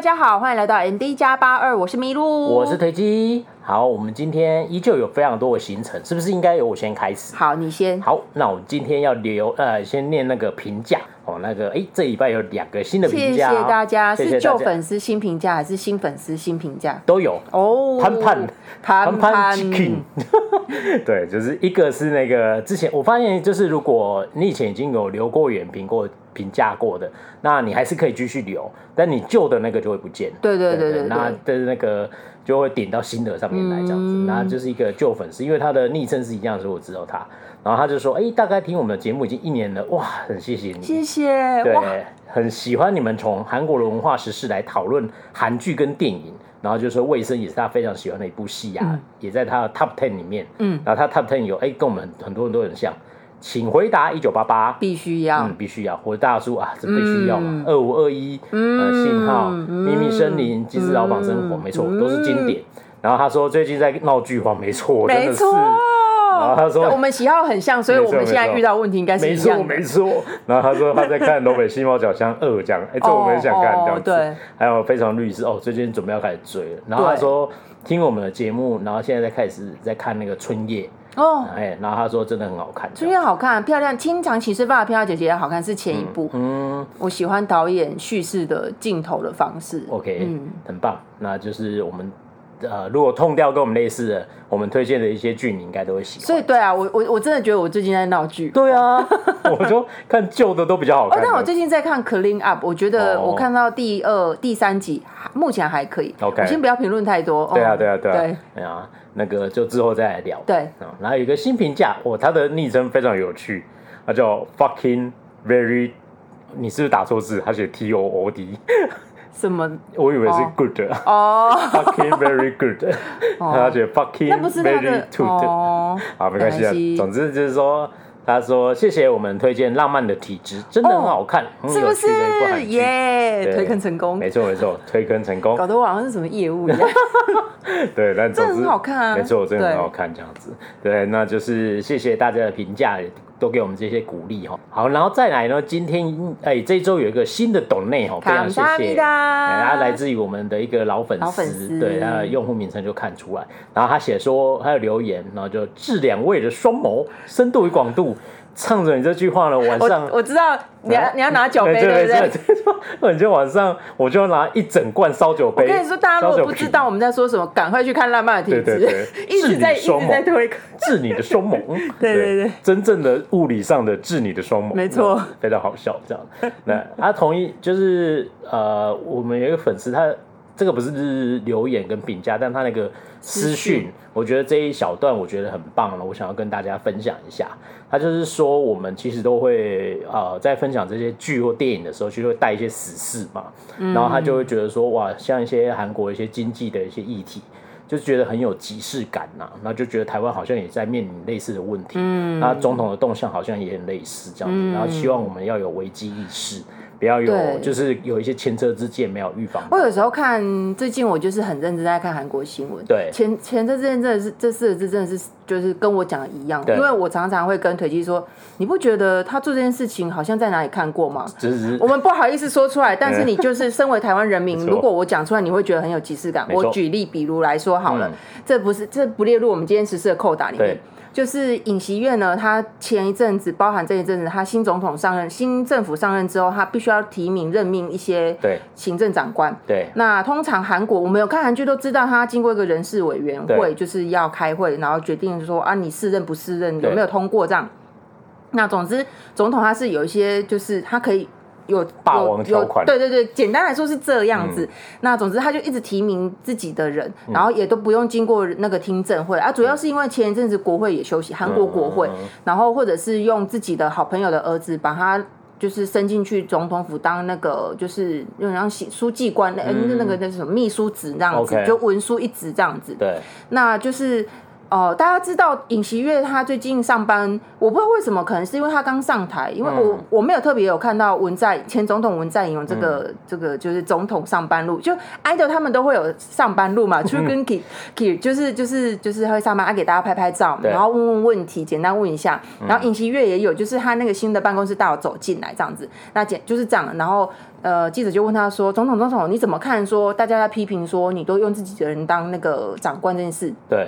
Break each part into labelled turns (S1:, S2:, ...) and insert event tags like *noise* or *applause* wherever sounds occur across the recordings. S1: 家好，欢迎来到 ND 加八二，我是麋鹿，
S2: 我是推机。好，我们今天依旧有非常多的行程，是不是应该由我先开始？
S1: 好，你先。
S2: 好，那我们今天要留呃，先念那个评价哦，那个哎，这礼拜有两个新的
S1: 谢
S2: 评
S1: 谢
S2: 价哦、
S1: 大家，
S2: 谢
S1: 是
S2: 谢
S1: 旧
S2: 大家
S1: 粉丝新评价还是新粉丝新评价？
S2: 都有。
S1: 哦，
S2: 潘潘
S1: 潘
S2: 潘 Chicken，对，就是一个是那个之前我发现，就是如果你以前已经有留过言、评过、评价过的，那你还是可以继续留，但你旧的那个就会不见。
S1: 对对对对对
S2: 那的那个就会点到新的上面来这样子，
S1: 嗯
S2: 那就是一个旧粉丝，因为他的昵称是一样的，所以我知道他。然后他就说：“哎、大概听我们的节目已经一年了，哇，很谢谢你。”
S1: 谢谢
S2: 对
S1: 哎哇，，
S2: 很喜欢你们从韩国的文化时事来讨论韩剧跟电影，然后就说《卫生》也是他非常喜欢的一部戏啊，也在他的 Top Ten 里面。
S1: 嗯，
S2: 然后他 Top Ten 有哎、跟我们很很多很多人像，请回答一九八八。
S1: 必须要
S2: 嗯，必须要火大叔啊，这必须要嘛
S1: 嗯。
S2: 二五二一，呃，信号、
S1: 嗯
S2: 秘密森林、机智牢房生活，没错，都是经典。然后他说最近在闹剧荒，没错，真
S1: 没
S2: 的是。
S1: 错。
S2: 然后他说
S1: 我们喜好很像，所以
S2: 没错
S1: 我们现在
S2: 没错
S1: 遇到问题应该是
S2: 没
S1: 一
S2: 错
S1: 样的。
S2: 没错。然后他说他在看《东北新猫脚箱二》这样，哎、这我们也想看
S1: 哦
S2: 这样子。
S1: 对
S2: 还有《非常律师》哦，最近准备要开始追了。然后他说听我们的节目，然后现在在开始在看那个《春夜》，
S1: 哦，
S2: 哎，然后他说真的很好看。
S1: 春月好看，漂亮，《清长骑士爸爸》漂亮姐姐也好看，是前一部。
S2: 嗯
S1: 我喜欢导演叙事的镜头的方式。
S2: ，OK，
S1: 嗯
S2: 很棒。那就是我们呃，如果痛调跟我们类似的，我们推荐的一些剧，你应该都会喜欢。
S1: 所以对啊，我我我真的觉得我最近在闹剧。
S2: 对啊， *laughs* 我就看旧的都比较好
S1: 哦
S2: 看，啊的。
S1: 但我最近在看《Clean Up》，我觉得
S2: 哦
S1: 我看到第二、第三集，目前还可以。
S2: OK
S1: 我先不要评论太多。哦
S2: 对啊，对啊，对啊，
S1: 对
S2: 对啊，那个就之后再来聊。
S1: 对
S2: 嗯，然后有一个新评价，哦，他的昵称非常有趣，他叫 fucking very，你是不是打错字？他写 T O O D， *laughs*
S1: 什么？
S2: 我以为是
S1: 哦 *laughs*
S2: good，、
S1: 哦，
S2: fucking very good，、他
S1: *laughs*
S2: 写 fucking
S1: 那不是他
S2: very
S1: 的
S2: good，、 *laughs*
S1: 哦。
S2: 好，没关系啊
S1: 没关系，
S2: 总之就是说。他说：“谢谢我们推荐《浪漫的体质》，真的很好看，很
S1: 哦是
S2: 有
S1: 不
S2: 趣的一部韩
S1: 是？
S2: 剧。
S1: 耶，
S2: 对哦
S1: 推坑成功
S2: 没，错没错，推坑成功。
S1: 搞得我好像是什么业务
S2: *laughs*
S1: 一样。
S2: 对，但总
S1: 这
S2: 之
S1: 很好看啊
S2: 没错，真的很
S1: 对
S2: 好看这样子。对，那就是谢谢大家的评价，也都给我们这些鼓励哈。好，然后再来呢，今天哎，这周有一个新的懂内哈，非常啊谢
S1: 感谢
S2: 谢。哎它来自于我们的一个老粉丝，
S1: 老粉丝
S2: 对他的用户名称就看出来。然后他写说，他有留言，然后就致两位的双眸，深度与广度。唱着你这句话呢，晚上哎
S1: 我我知道你要你要拿酒杯，
S2: 对
S1: 对不对？
S2: 对对？那你就晚上我就要拿一整罐烧酒杯。
S1: 我跟你说，大家如
S2: 烧
S1: 果
S2: 酒
S1: 不知
S2: 瓶
S1: 道我们在说什么，赶快去看《浪漫的体质》
S2: 对对
S1: *laughs*
S2: 对
S1: 一直在一
S2: 智女双
S1: 直在
S2: 眸
S1: 推坑。
S2: 治你的双眸，
S1: *laughs* 对对对，
S2: 真正的物理上的治你的双眸，
S1: 没错
S2: 嗯，非常好笑这样。 *laughs* 那他同意，就是呃，我们有一个粉丝，他这个不是留言跟评价，但他那个私
S1: 私讯
S2: 讯，我觉得这一小段我觉得很棒了，我想要跟大家分享一下。他就是说，我们其实都会呃，在分享这些剧或电影的时候，就会带一些时事嘛，
S1: 嗯
S2: 然后他就会觉得说，哇，像一些韩国一些经济的一些议题。就觉得很有即视感呐、然后就觉得台湾好像也在面临类似的问题，
S1: 嗯
S2: 那总统的动向好像也很类似这样子，
S1: 嗯
S2: 然后希望我们要有危机意识，不要有
S1: 对
S2: 就是有一些前车之鉴没有预防到。
S1: 我有时候看最近我就是很认真在看韩国新闻，
S2: 对
S1: 前前这阵真的是这四个字真的是就是跟我讲的一样，
S2: 对
S1: 因为我常常会跟腿肌说，你不觉得他做这件事情好像在哪里看过吗？
S2: 只是
S1: 我们不好意思说出来，但是你就是身为台湾人民，
S2: 嗯没错
S1: 如果我讲出来，你会觉得很有即视感。
S2: 没错
S1: 我举例，比如来说好了，
S2: 嗯
S1: 这不是这不列入我们今天实施的扣打里面
S2: 对。
S1: 就是尹锡悦呢，他前一阵子，包含这一阵子，他新总统上任、新政府上任之后，他必须要提名任命一些
S2: 对
S1: 行政长官。
S2: 对
S1: 那通常韩国，我们有看韩剧都知道，他经过一个人事委员会，
S2: 对
S1: 就是要开会，然后决定说啊，你适任不适任，
S2: 对
S1: 有没有通过这样。那总之，总统他是有一些，就是他可以有
S2: 霸王条款
S1: 有
S2: 嗯
S1: 对对对，简单来说是这样子。那总之，他就一直提名自己的人，然后也都不用经过那个听证会啊。主要是因为前一阵子国会也休息，韩国国会，
S2: 嗯
S1: 然后或者是用自己的好朋友的儿子把他。就是升进去总统府当那个，就是有点像书书记官，哎那、那个那什么秘书职这样子
S2: OK
S1: 就文书一职这样子。
S2: 对
S1: 那就是哦，大家知道尹锡月他最近上班，我不知道为什么，可能是因为他刚上台，因为我、
S2: 嗯
S1: 我没有特别有看到文在前总统文在寅有这个、
S2: 嗯
S1: 这个就是总统上班路，就 idol 他们都会有上班路嘛，去
S2: *laughs*
S1: 跟 K K 就是就是就是会上班，啊给大家拍拍照，
S2: 对嗯
S1: 然后问问问题，简单问一下，然后尹锡月也有，就是他那个新的办公室大楼走进来这样子，那简就是这样，然后。呃，记者就问他说：“总统，总统，你怎么看？说大家在批评说你都用自己的人当那个长官这件事，
S2: 对，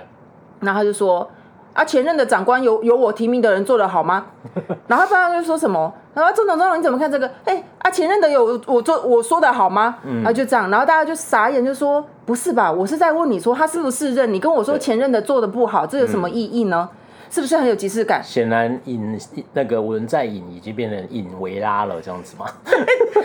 S1: 然后他就说：“啊，前任的长官有有我提名的人做的好吗？” *laughs* 然后不知道他就说什么，然后总统总统你怎么看这个？哎、啊，前任的有我做我说的好吗？啊，就这样，然后大家就傻眼，就说：“不是吧？我是在问你说他是不是任？你跟我说
S2: 对
S1: 前任的做的不好，这有什么意义呢？是不是很有即视感？”
S2: 显然尹那个文在寅已经变成尹维拉了，这样子嘛，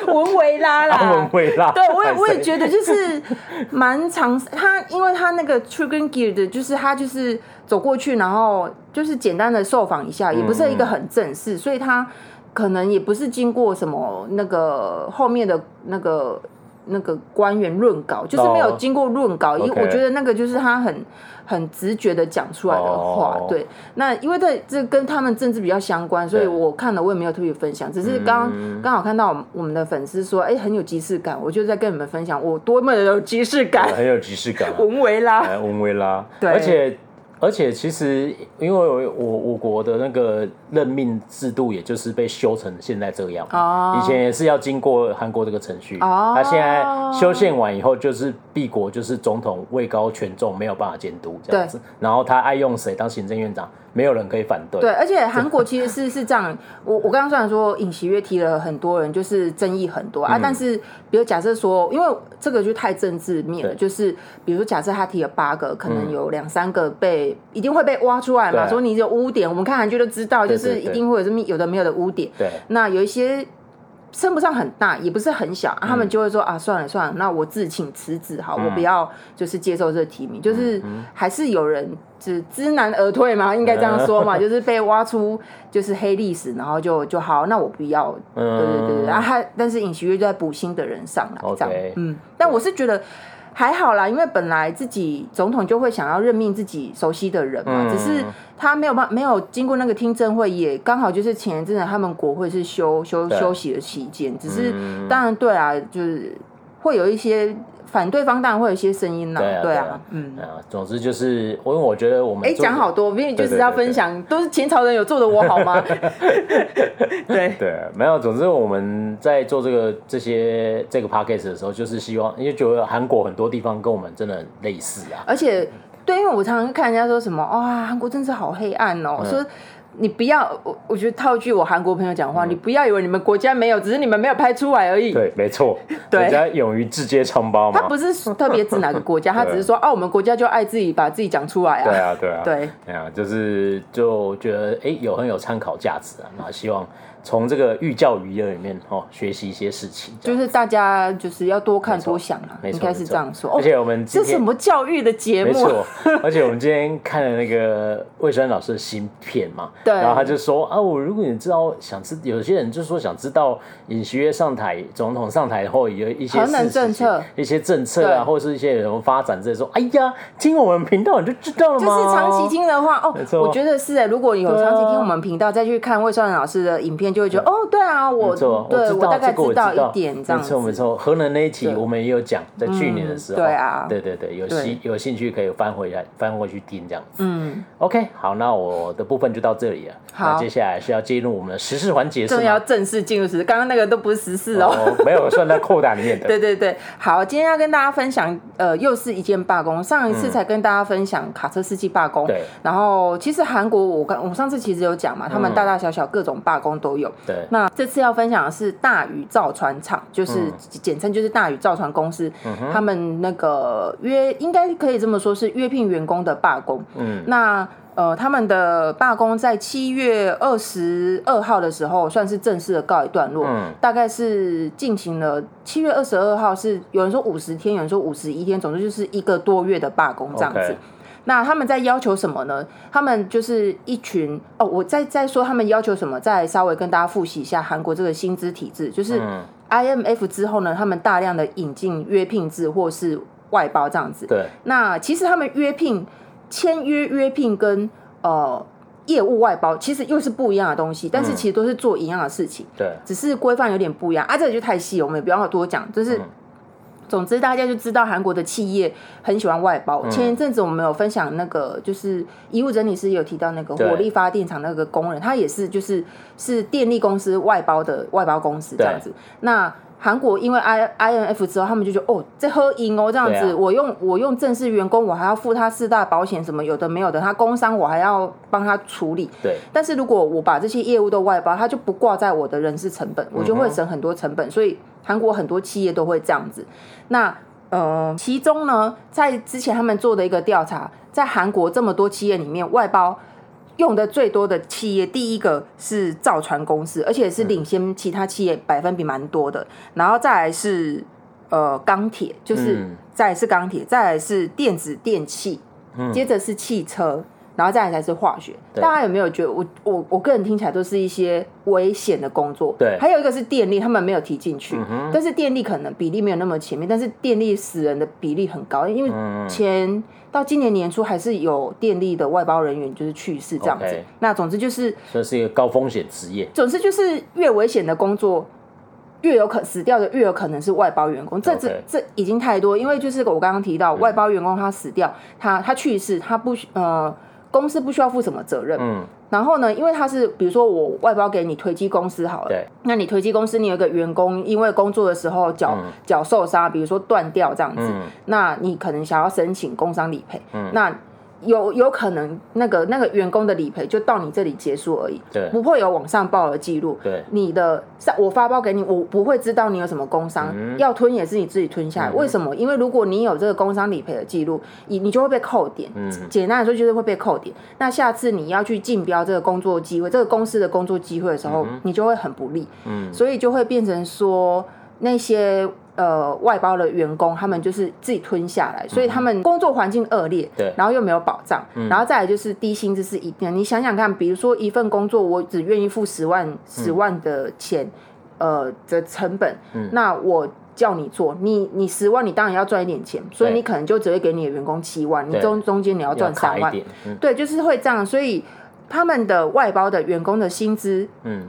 S1: 文维拉
S2: *laughs*
S1: 啦，
S2: 阿啊文维拉，
S1: *laughs* 对，我也我也
S2: 得，
S1: 觉得就是蛮长，他因为他那个 t r i g g n Gear 的，就是他就是走过去，然后就是简单的受访一下，也不是一
S2: 嗯
S1: 个很正式，所以他可能也不是经过什么那个后面的那个那个官员论稿，就是没有
S2: 哦
S1: 经过论稿，因为
S2: OK
S1: 我觉得那个就是他很很直觉的讲出来的话，
S2: 哦
S1: 对。那因为这这跟他们政治比较相关，所以
S2: 对
S1: 我看了我也没有特别分享，只是刚
S2: 嗯
S1: 刚好看到我们的粉丝说，哎、很有即视感，我就在跟你们分享我多么的有即视感，
S2: 很有即视感啊，
S1: *laughs* 文维拉，
S2: 哎，文维拉，
S1: 对
S2: 而且而且其实因为我我我国的那个任命制度，也就是被修成现在这样嘛，
S1: 哦
S2: 以前也是要经过韩国这个程序，
S1: 哦
S2: 他现在修宪完以后，就是帝国就是总统位高权重，没有办法监督这样子，然后他爱用谁当行政院长，没有人可以反对，
S1: *laughs* 对，而且韩国其实是是这样，我我刚刚虽然说尹锡悦提了很多人，就是争议很多啊，
S2: 嗯
S1: 但是比如假设说，因为这个就太政治面了，
S2: 对嗯
S1: 就是比如说假设他提了八个，可能有两三个被、一定会被挖出来嘛，
S2: 对
S1: 说你有污点，我们看韩剧都知道，就
S2: 对
S1: 是
S2: 对
S1: 一
S2: 对
S1: 定会有这么有的没有的污点，
S2: 对
S1: 那有一些称不上很大，也不是很小，啊他们就会说、啊，算了算了，那我自请辞职好，我不要就是接受这个提名，就是还是有人就是知难而退嘛，应该这样说嘛，就是被挖出就是黑历史，然后就就好，那我不要，
S2: 嗯
S1: 对对对对，啊，他但是尹锡悦就在补新的人上来这样
S2: OK
S1: 嗯，但我是觉得。还好啦，因为本来自己总统就会想要任命自己熟悉的人嘛，
S2: 嗯
S1: 只是他没有办没有经过那个听证会，也刚好就是前一阵子他们国会是休休
S2: 对
S1: 休息的期间，只是、
S2: 嗯
S1: 当然对啊，就是会有一些反对方当然会有一些声音啦，
S2: 对啊
S1: 对
S2: 对
S1: 啊
S2: 啊，
S1: 嗯。
S2: 啊，总之就是，因为我觉得我们
S1: 哎，
S2: 做
S1: 讲好多，明明就是要分享，都是前朝人有做的我好吗？对，
S2: 对，没有。总之，我们在做这个这些这个 podcast 的时候，就是希望，因为觉得韩国很多地方跟我们真的很类似啊。
S1: 而且对，因为我常常看人家说什么，哇，韩国真是好黑暗
S2: 嗯
S1: 哦，说。你不要，我我觉得套句我韩国朋友讲话，你不要以为你们国家没有，只是你们没有拍出来而已。
S2: 嗯 *laughs* 对，没错，
S1: 对
S2: 人家勇于直接疮疤
S1: 他
S2: 嘛
S1: 不。是特别指哪个
S2: *laughs*
S1: 国家，他只是说啊，我们国家就爱自己把自己讲出来
S2: 对
S1: 啊。
S2: 啊，对啊，
S1: 对
S2: 哎呀，就是就觉得哎，有很有参考价值啊。那希望从这个寓教于乐里面哦，学习一些事情。这
S1: 就
S2: 样
S1: 是大家就是要多看
S2: 没错
S1: 多想啊，
S2: 没错
S1: 应该是这样说。
S2: 而且我们今
S1: 这
S2: 天
S1: 什么教育的节
S2: 没
S1: 目啊？
S2: 错，而且我们今天看了那个魏川老师的新片嘛，
S1: *laughs* 对
S2: 然后他就说啊，我如果你知道想知，有些人就说想知道尹锡悦上台，总统上台后有一些
S1: 核能
S2: 事情
S1: 政策
S2: 一些政策啊，
S1: 对
S2: 或者是一些什么发展这些说，哎呀，听我们频道你就知道了
S1: 就
S2: 吗？
S1: 是长期听的话，哦
S2: 没，错
S1: 我觉得是哎。如果有
S2: 对啊
S1: 长期听我们频道，再去看魏少仁老师的影片，就会觉得哦，对啊，我
S2: 没错，
S1: 对
S2: 知
S1: 我
S2: 道
S1: 大概
S2: 这个我
S1: 知
S2: 知
S1: 道一点这样
S2: 没错没
S1: 子。
S2: 错，核能那一集
S1: 对
S2: 我们也有讲，在去年的时
S1: 嗯
S2: 候，
S1: 对啊
S2: 对对对，有
S1: 对
S2: 兴有兴趣可以翻回来翻回去听这样子。
S1: 嗯，
S2: OK，好，那我的部分就到这里了。
S1: 好
S2: 那接下来是要进入我们的时事环节，是
S1: 正
S2: 吗？
S1: 要正式进入时，刚刚那个都不是时事哦。
S2: 哦，没有算在扣打里面
S1: *laughs*
S2: 的。
S1: 对对对，好，今天要跟大家分享，呃，又是一件罢工。上一次才跟大家分享卡车司机罢工，
S2: 嗯对
S1: 然后其实韩国我刚我上次其实有讲嘛，他们
S2: 嗯
S1: 大大小小各种罢工都有。
S2: 对
S1: 那这次要分享的是大宇造船厂，就是
S2: 嗯
S1: 简称就是大宇造船公司，他们那个约应该可以这么说是约聘员工的罢工。
S2: 嗯，
S1: 那呃，他们的罢工在七月二十二号的时候算是正式的告一段落，
S2: 嗯
S1: 大概是进行了七月二十二号是有人说五十天，有人说五十一天，总之就是一个多月的罢工这样子。
S2: OK
S1: 那他们在要求什么呢？他们就是一群哦，我再再说他们要求什么，再稍微跟大家复习一下韩国这个薪资体制，就是
S2: 嗯
S1: IMF 之后呢，他们大量的引进约聘制或是外包这样子。
S2: 对，
S1: 那其实他们约聘签约约聘跟呃业务外包其实又是不一样的东西，但
S2: 嗯
S1: 是其实都是做一样的事情，
S2: 对，
S1: 只是规范有点不一样啊。这个就太细了，我们也不要多讲，就是。
S2: 嗯
S1: 总之，大家就知道韩国的企业很喜欢外包。
S2: 嗯
S1: 前一阵子我们有分享那个，就是遗物整理师有提到那个
S2: 对
S1: 火力发电厂那个工人，他也是就是是电力公司外包的外包公司这样子。那韩国因为 I I N F 之后，他们就觉得哦，这喝赢哦这样
S2: 对
S1: 子，
S2: 啊
S1: 我用我用正式员工，我还要付他四大保险什么有的没有的，他工伤我还要帮他处理。
S2: 对，
S1: 但是如果我把这些业务都外包，它就不挂在我的人事成本，我就会省很多成本。所以韩国很多企业都会这样子。那呃，其中呢，在之前他们做的一个调查，在韩国这么多企业里面，外包用的最多的企业，第一个是造船公司，而且是领先其他企业百分比蛮多的。然后再来是呃钢铁，就是、
S2: 嗯
S1: 再来是钢铁，再来是电子电器，接着是汽车，然后再来才是化学。
S2: 嗯对
S1: 大家有没有觉得我我我个人听起来都是一些危险的工作？
S2: 对嗯
S1: 还有一个是电力，他们没有提进去，
S2: 哼
S1: 但是电力可能比例没有那么前面，但是电力死人的比例很高，
S2: 嗯
S1: 因为前到今年年初还是有电力的外包人员就是去世这样子。
S2: OK
S1: 那总之就是
S2: 这是一个高风险职业，
S1: 总之就是越危险的工作，越有可死掉的越有可能是外包员工。这这
S2: OK 嗯
S1: 这已经太多，因为就是我刚刚提到，外包员工他死掉，他他去世，他不需呃公司不需要负什么责任。
S2: 嗯，
S1: 然后呢，因为他是比如说我外包给你推机公司好了
S2: 对，
S1: 那你推机公司你有一个员工因为工作的时候脚、脚受伤，比如说断掉这样子，
S2: 嗯
S1: 那你可能想要申请工伤理赔，那。有有可能那个那个员工的理赔就到你这里结束而已，
S2: 对
S1: 不会有往上报的记录。
S2: 对
S1: 你的上我发包给你，我不会知道你有什么工伤，
S2: 嗯
S1: 要吞也是你自己吞下来。为什么？因为如果你有这个工伤理赔的记录，你你就会被扣点。
S2: 嗯
S1: 简单来说就是会被扣点。那下次你要去竞标这个工作机会，这个公司的工作机会的时候，你就会很不利。
S2: 嗯
S1: 所以就会变成说那些。呃，外包的员工他们就是自己吞下来，所以他们工作环境恶劣，
S2: 嗯对嗯
S1: 然后又没有保障，然后再来就是低薪，这是一定的。你想想看，比如说一份工作，我只愿意付十万
S2: 嗯
S1: 十万的钱，呃的成本，
S2: 嗯
S1: 那我叫你做，你你十万，你当然要赚一点钱，所以
S2: 对
S1: 你可能就只会给你的员工七万，你
S2: 对
S1: 中中间你要
S2: 要
S1: 赚
S2: 卡
S1: 三
S2: 一
S1: 万，
S2: 点，嗯
S1: 对，就是会这样，所以他们的外包的员工的薪资
S2: 嗯，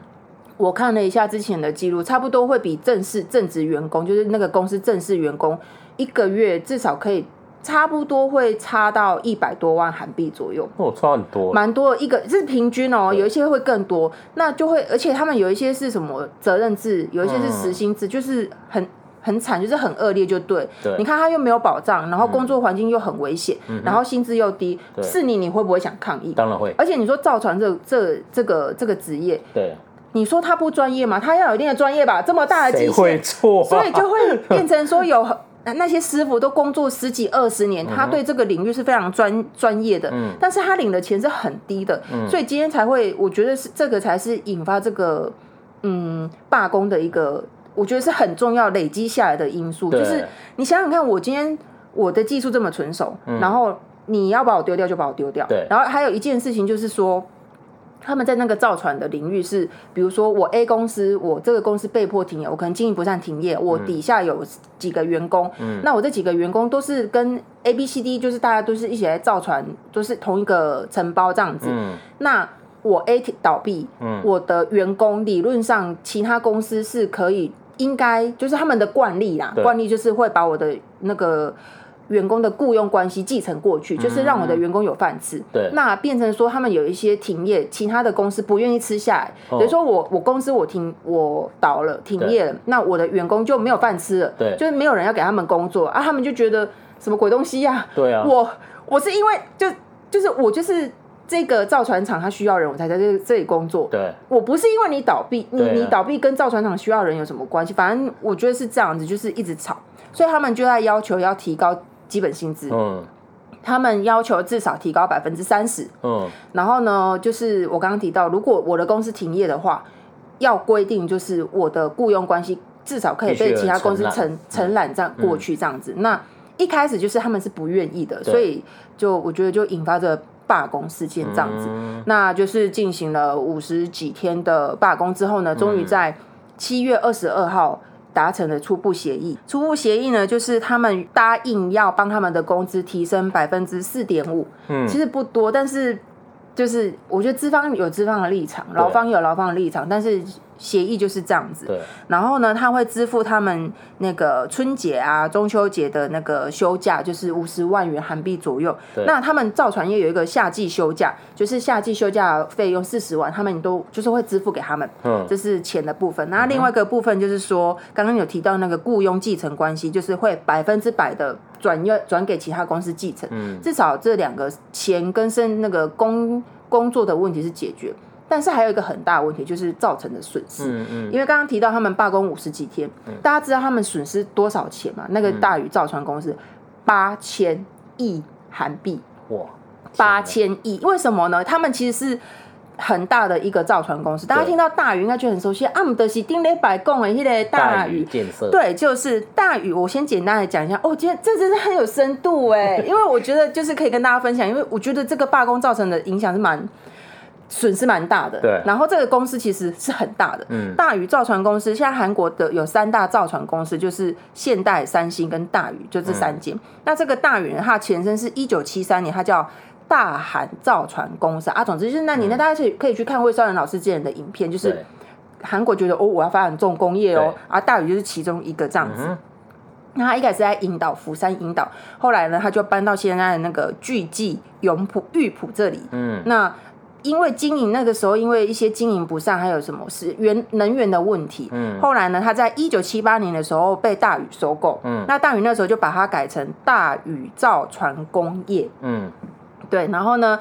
S1: 我看了一下之前的记录，差不多会比正式正职员工，就是那个公司正式员工，一个月至少可以差不多会差到一百多万韩币左右，
S2: 我哦差很多，
S1: 蛮多的一个这是平均哦，有一些会更多，那就会，而且他们有一些是什么责任制，有一些是实薪制，就是很。很惨，就是很恶劣，就对。
S2: 嗯对嗯
S1: 你看他又没有保障，然后工作环境又很危险，然后薪资又低，
S2: 对
S1: 是你你会不会想抗议？
S2: 当然会，
S1: 而且你说造船这这这个这个职业，
S2: 对，
S1: 你说他不专业吗？他要有一定的专业吧，这么大的
S2: 谁
S1: 机
S2: 会
S1: 械，
S2: 错啊？
S1: 所以就会变成说有很那些师傅都工作十几二十
S2: 嗯
S1: 年，他对这个领域是非常专专业的，但是他领的钱是很低的，
S2: 嗯
S1: 所以今天才会，我觉得是这个才是引发这个嗯罢工的一个，我觉得是很重要累积下来的因素，
S2: 对
S1: 就是你想想看，我今天我的技术这么纯熟，然后你要把我丢掉就把我丢掉，
S2: 嗯对
S1: 然后还有一件事情就是说。他们在那个造船的领域是，比如说我 A 公司，我这个公司被迫停业，我可能经营不善停业，我底下有几个员工，
S2: 嗯
S1: 那我这几个员工都是跟 A、B、C、D，就是大家都是一起来造船，都、是同一个承包这样子。
S2: 嗯
S1: 那我 A 倒闭，我的员工理论上其他公司是可以，应该就是他们的惯例啦，
S2: 对
S1: 惯例就是会把我的那个员工的雇佣关系继承过
S2: 嗯
S1: 去，就是让我的员工有饭吃。
S2: 对
S1: 那变成说他们有一些停业，其他的公司不愿意吃下来，
S2: 哦
S1: 等于说我我公司我停我倒了停业了，那我的员工就没有饭吃了，
S2: 对
S1: 就是没有人要给他们工作啊，他们就觉得什么鬼东西呀、
S2: 对啊，
S1: 我我是因为就就是我就是这个造船厂，它需要人，我才在这这里工作。
S2: 对
S1: 我不是因为你倒闭，你、
S2: 对啊
S1: 你倒闭跟造船厂需要人有什么关系？反正我觉得是这样子，就是一直吵，所以他们就在要求要提高基本薪资，
S2: 嗯
S1: 他们要求至少提高百分之三十。
S2: 嗯，
S1: 然后呢，就是我刚刚提到，如果我的公司停业的话，要规定就是我的雇佣关系至少可以
S2: 必须
S1: 被
S2: 有
S1: 其他公司
S2: 承揽
S1: 承承揽这样过去这样子。那一开始就是他们是不愿意的，所以就我觉得就引发这罢工事件这样子。
S2: 嗯
S1: 那就是进行了五十几天的罢工之后呢，终于在七月二十二号达成了初步协议。初步协议呢，就是他们答应要帮他们的工资提升百分之四点五，
S2: 嗯
S1: 其实不多，但是就是我觉得资方有资方的立场，劳方有劳方的立场，但是协议就是这样子。
S2: 对，
S1: 然后呢，他会支付他们那个春节啊、中秋节的那个休假，就是五十万元韩币左右
S2: 对。
S1: 那他们造船业有一个夏季休假，就是夏季休假费用四十万，他们都就是会支付给他们。
S2: 嗯
S1: 这是钱的部分。那另外一个部分就是说，刚刚有提到那个雇佣继承关系，就是会百分之百的转要转给其他公司继承。
S2: 嗯
S1: 至少这两个钱跟生那个工工作的问题是解决，但是还有一个很大的问题就是造成的损失。
S2: 嗯嗯，
S1: 因为刚刚提到他们罢工五十几天，大家知道他们损失多少钱吗？那个
S2: 嗯
S1: 大宇造船公司八千亿韩币，
S2: 哇，
S1: 八千亿，为什么呢？他们其实是很大的一个造船公司，大家
S2: 对
S1: 听到大宇应该就很熟悉，阿姆德西丁雷百贡的那个
S2: 大
S1: 大
S2: 宇
S1: 宇。
S2: 建设，
S1: 对，就是大宇。我先简单的讲一下，哦，今天这真是很有深度哎，
S2: *laughs*
S1: 因为我觉得就是可以跟大家分享，因为我觉得这个罢工造成的影响是蛮损失蛮大的。
S2: 对
S1: 然后这个公司其实是很大的，
S2: 嗯
S1: 大宇造船公司，现在韩国的有三大造船公司，就是现代、三星跟大宇，就这三间。
S2: 嗯
S1: 那这个大宇呢，它前身是一九七三年，它叫。大韩造船公司啊，总之就是那年代，大家可以可以去看魏少仁老师之前的影片，就是
S2: 嗯对，
S1: 韩国觉得哦，我要发展重工业哦
S2: 对，
S1: 啊，大宇就是其中一个这样子。
S2: 嗯
S1: 那他一开始在引导釜山引导，后来呢，他就搬到现在的那个巨济永浦玉浦这里。
S2: 嗯
S1: 那因为经营那个时候，因为一些经营不善，还有什么是源能源的问题。
S2: 嗯
S1: 后来呢，他在一九七八年的时候被大宇收购。
S2: 嗯
S1: 那大宇那时候就把它改成大宇造船工业。
S2: 嗯
S1: 对，然后呢，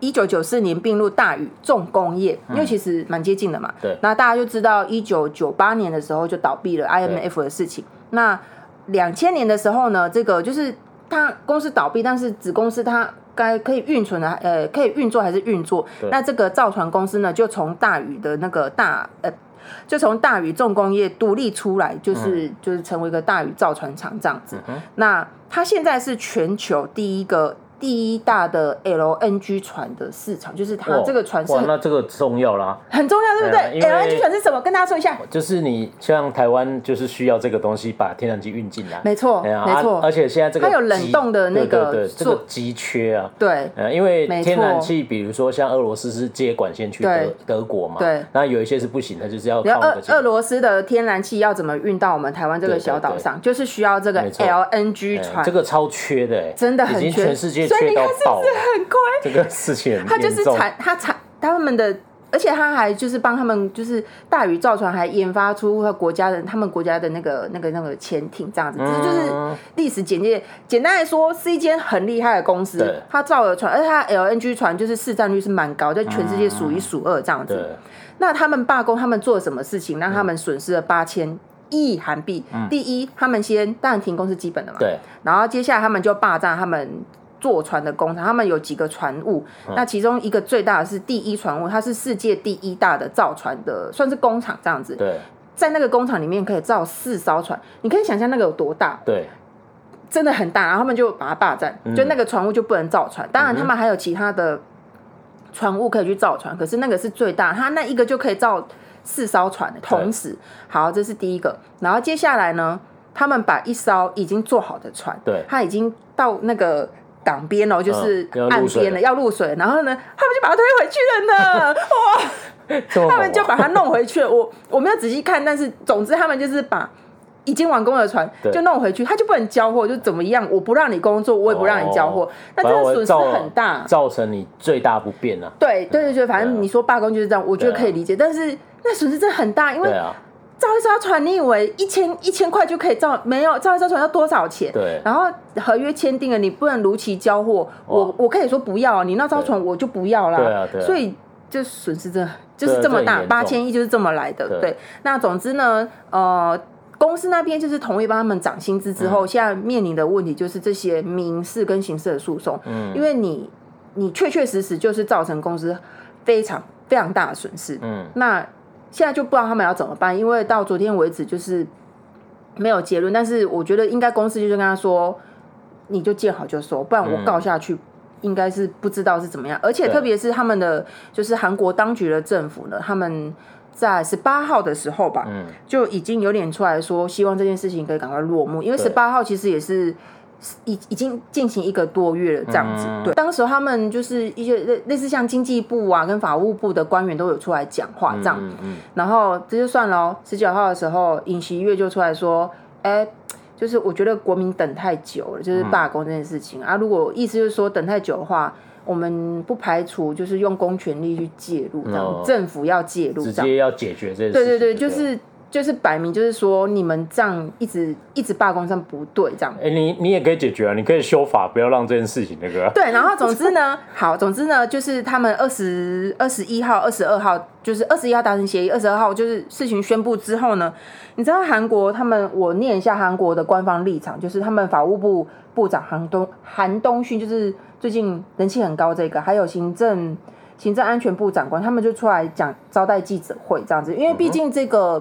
S1: 一九九四年并入大宇重工业，
S2: 嗯
S1: 因为其实蛮接近的嘛。
S2: 对
S1: 那大家就知道，一九九八年的时候就倒闭了 IMF 的事情。那两千年的时候呢，这个就是它公司倒闭，但是子公司它。该可以运存的，呃，可以运作还是运作
S2: 对？
S1: 那这个造船公司呢，就从大宇的那个大，呃，就从大宇重工业独立出来，就是、就是成为一个大宇造船厂这样子。
S2: 嗯哼
S1: 那它现在是全球第一个第一大的 LNG 船的市场，就是它
S2: 哇
S1: 啊这个船是
S2: 哇，
S1: 很
S2: 那这个重要啦，
S1: 很重要，对不对
S2: 对啊因为
S1: LNG 船是什么？跟大家说一下。
S2: 就是你像台湾就是需要这个东西把天然气运进来，
S1: 没错，
S2: 哎呀
S1: 没错
S2: 啊，而且现在这个
S1: 它有冷
S2: 急
S1: 冻的那个
S2: 对对对这
S1: 做
S2: 个急缺啊，
S1: 对
S2: 呃，因为
S1: 没
S2: 天然
S1: 错
S2: 气，比如说像俄罗斯是接管先去德
S1: 对
S2: 德国嘛，
S1: 对
S2: 那有一些是不行，它就是要靠
S1: 然后
S2: 那个
S1: 俄
S2: 进
S1: 俄罗斯的天然气要怎么运到我们台湾这
S2: 对
S1: 个
S2: 对
S1: 小岛
S2: 对
S1: 上，就是需要这个
S2: 没错哎
S1: LNG 船，
S2: 这个超缺的、哎，
S1: 真的
S2: 已
S1: 很
S2: 经
S1: 缺
S2: 全世界
S1: 所以
S2: 缺
S1: 你
S2: 到
S1: 看是
S2: 爆
S1: 不是
S2: 了，
S1: 很快？
S2: 这个事情很
S1: 他就是
S2: 严重
S1: 产，他产他们的，而且他还就是帮他们，就是大宇造船还研发出他国家的他们国家的那个那个那个潜艇这样子，这、就是历史简介。简单来说，是一间很厉害的公司
S2: 对，
S1: 它造了船，而且它 LNG 船就是市占率是蛮高，在全世界数一数二这样子。
S2: 对，
S1: 那他们罢工，他们做了什么事情让他们损失了八千亿韩币？第一，他们先当然停工是基本的嘛，
S2: 嗯对，
S1: 然后接下来他们就霸占他们坐船的工厂，他们有几个船坞，
S2: 嗯
S1: 那其中一个最大的是第一船坞，它是世界第一大的造船的，算是工厂这样子。
S2: 对，
S1: 在那个工厂里面可以造四艘船，你可以想象那个有多大，
S2: 对，
S1: 真的很大。然后他们就把它霸占，
S2: 嗯
S1: 就那个船坞就不能造船。当然，他们还有其他的船坞可以去造船，可是那个是最大，它那一个就可以造四艘船的同时。好，这是第一个。然后接下来呢，他们把一艘已经做好的船，
S2: 对
S1: 它已经到那个。港边哦，就是
S2: 嗯要入
S1: 岸
S2: 水
S1: 边
S2: 了
S1: 了，要入水，然后呢，他们就把它推回去了呢。哇，
S2: 这么
S1: 他
S2: 猛
S1: 们
S2: 啊
S1: 就把它弄回去了。我我没有仔细看，但是总之他们就是把已经完工的船
S2: 对
S1: 就弄回去，他就不能交货，就怎么样？我不让你工作，我也不让你交货，
S2: 哦
S1: 那
S2: 反正
S1: 这
S2: 我
S1: 个损失
S2: 造
S1: 很大。
S2: 造成你最大不便啊。
S1: 对对对对，反
S2: 对啊
S1: 正你说罢工就是这样，我觉得
S2: 对啊
S1: 可以理解。但是那损失真的很大，因为
S2: 对啊，
S1: 造一艘船，你以为一千一千块就可以造？没有，造一艘船要多少钱？
S2: 对
S1: 然后合约签订了，你不能如期交货，我我可以说不要，啊你那艘船我就不要啦。
S2: 对啊对啊
S1: 所以就损失真的就
S2: 对啊
S1: 是这么
S2: 这很
S1: 大，
S2: 严重
S1: 八千亿就是这么来的。
S2: 对
S1: 对，那总之呢，呃。公司那边就是同意帮他们涨薪资之
S2: 嗯
S1: 后，现在面临的问题就是这些民事跟刑事的诉讼，
S2: 嗯
S1: 因为你你确确实实就是造成公司非常非常大的损失，
S2: 嗯，
S1: 那现在就不知道他们要怎么办，因为到昨天为止就是没有结论。但是我觉得应该公司就是跟他说，你就见好就收，不然我告下去。应该是不知道是怎么样，而且
S2: 嗯对
S1: 特别是他们的就是韩国当局的政府呢，他们在十八号的时候吧，
S2: 嗯
S1: 就已经有点出来说，希望这件事情可以赶快落幕，因为
S2: 对
S1: 十八号其实也是。已已经进行一个多月了，这样子。
S2: 嗯
S1: 对，当时他们就是一些类类似像经济部啊跟法务部的官员都有出来讲话这样。
S2: 嗯嗯
S1: 然后这就算了哦，十九号的时候，尹锡悦就出来说，哎。就是我觉得国民等太久了，就是罢工这件事
S2: 嗯
S1: 情、啊。如果意思就是说等太久的话，我们不排除就是用公权力去介入，这样、
S2: 哦
S1: 政府要介入
S2: 直
S1: 这样。
S2: 接要解决这件事情。
S1: 对对对，
S2: 对，
S1: 就是就是摆明就是说你们这样一直一直罢工上不对这样。
S2: 哎、你你也可以解决啊，你可以修法，不要让这件事情那个啊。
S1: 对，然后总之呢，好，总之呢，就是他们二十二十一号、二十二号，就是二十一号达成协议，二十二号就是事情宣布之后呢，你知道韩国他们，我念一下韩国的官方立场，就是他们法务部部长韩东韩东勋，就是最近人气很高这个，还有行政行政安全部长官，他们就出来讲招待记者会这样子，因为毕竟这个。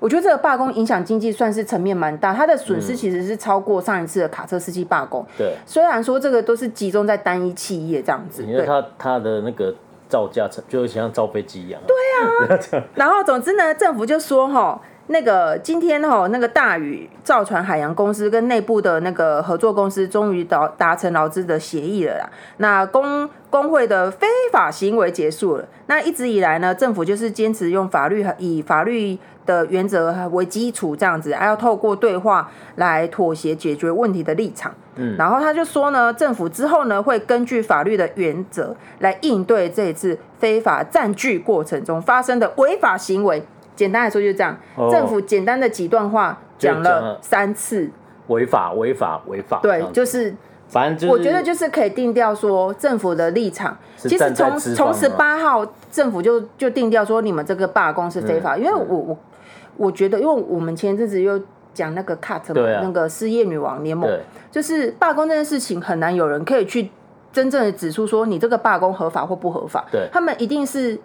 S1: 我觉得这个罢工影响经济算是层面蛮大，它的损失其实是超过上一次的卡车司机罢工。
S2: 对，
S1: 虽然说这个都是集中在单一企业这样子，
S2: 你
S1: 对。
S2: 看他他的那个造价，就像造飞机一样、啊对，
S1: 然后总之呢，政府就说哈，那个今天哈，那个大宇造船海洋公司跟内部的那个合作公司终于达达成劳资的协议了啦。那工工会的非法行为结束了。那一直以来呢，政府就是坚持用法律以法律的原则为基础这样子，还要透过对话来妥协解决问题的立场。嗯，然后他就说呢，政府之后呢会根据法律的原则来应对这一次非法占据过程中发生的违法行为。简单来说就是这样，
S2: 哦
S1: 政府简单的几段话
S2: 就
S1: 讲
S2: 讲
S1: 了
S2: 了
S1: 三次，
S2: 违法违法违法。这
S1: 对
S2: 样，子
S1: 就是
S2: 反正就是
S1: 我觉得就是可以定调说政府的立场。
S2: 是
S1: 其实
S2: 站在
S1: 从
S2: 资
S1: 从
S2: 方
S1: 十
S2: 嘛
S1: 八号政府就就定调说你们这个罢工是非
S2: 嗯
S1: 法，因为我我我觉得，因为我们前阵子又讲那个 cut 嘛，
S2: 对啊
S1: 那个失业女王联盟，
S2: 对
S1: 就是罢工这件事情很难有人可以去真正的指出说你这个罢工合法或不合法，
S2: 对
S1: 他们一定是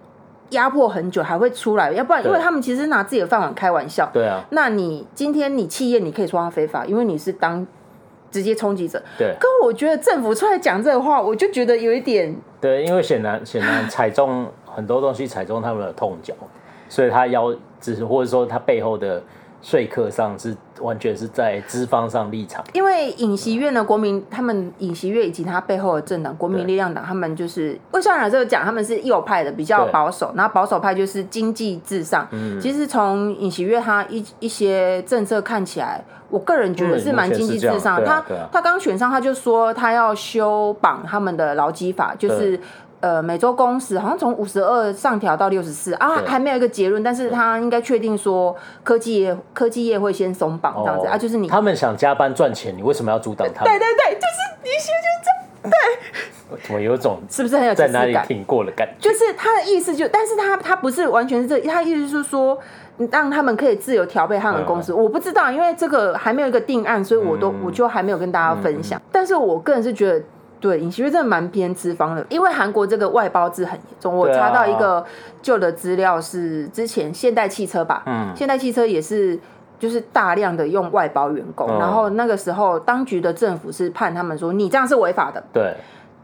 S1: 压迫很久还会出来，要不然因
S2: 对
S1: 为他们其实拿自己的饭碗开玩笑，
S2: 对啊，
S1: 那你今天你企业你可以说它非法，因为你是当直接冲击者。
S2: 对
S1: 可我觉得政府出来讲这个话，我就觉得有一点
S2: 对，因为显然显然踩中很多东西踩中他们的痛脚，所以他要只是或者说他背后的说客上是完全是在资方上立场。
S1: 因为尹锡悦呢，国民他们尹锡悦以及他背后的政党国民
S2: 对
S1: 力量党，他们就是魏校长这个讲，他们是右派的，比较
S2: 对
S1: 保守，然后保守派就是经济至上。
S2: 嗯
S1: 其实从尹锡悦他一一些政策看起来，我个人觉得
S2: 嗯
S1: 是蛮
S2: 目前
S1: 经
S2: 是
S1: 济
S2: 这
S1: 至
S2: 样
S1: 上的。
S2: 对
S1: 他
S2: 啊对啊
S1: 他刚选上，他就说他要修绑他们的劳基法，就是。呃，每周工时好像从五十二上调到六十四啊，
S2: 对
S1: 还没有一个结论，但是他应该确定说科技业科技业会先松绑这
S2: 哦
S1: 样子、啊，就是你
S2: 他们想加班赚钱，你为什么要阻挡他们？
S1: 对对对，就是你先就这样，
S2: 怎么有一种
S1: 是不是很有即
S2: 在
S1: 视
S2: 哪里
S1: 感？
S2: 听过的感觉？
S1: 就是他的意思就，但是他他不是完全是这，他意思是说让他们可以自由调配他们的公司。
S2: 嗯
S1: 我不知道，因为这个还没有一个定案，所以我都、我就还没有跟大家分
S2: 嗯
S1: 享。但是我个人是觉得。对，尹锡悦真的蛮偏资方的，因为韩国这个外包制很严重。我
S2: 对啊
S1: 查到一个旧的资料是之前现代汽车吧，
S2: 嗯
S1: 现代汽车也是就是大量的用外包员工，
S2: 嗯
S1: 然后那个时候当局的政府是判他们说你这样是违法的，
S2: 对，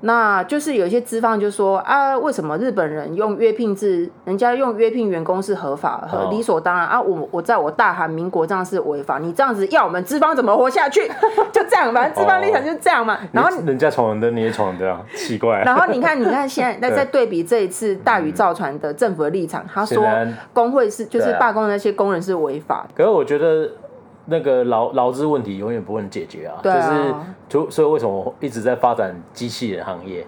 S1: 那就是有一些资方就说啊，为什么日本人用约聘制，人家用约聘员工是合法、和
S2: 哦
S1: 理所当然啊？我我在我大韩民国这样是违法，你这样子要我们资方怎么活下去？ *laughs* 就这样，
S2: 哦
S1: 反正资方立场就是这样嘛。然后
S2: 人家闯红灯，你也闯红灯啊，奇怪。
S1: 然后你看，你看
S2: *laughs*
S1: 现在那再对比这一次大宇造船的政府的立场，他说
S2: 嗯显然
S1: 工会是就是
S2: 对啊
S1: 罢工的那些工人是违法的。
S2: 可是我觉得那个劳劳资问题永远不能解决啊，
S1: 对
S2: 就是
S1: 啊
S2: 就所以为什么我一直在发展机器人
S1: *gasps*
S2: 行业，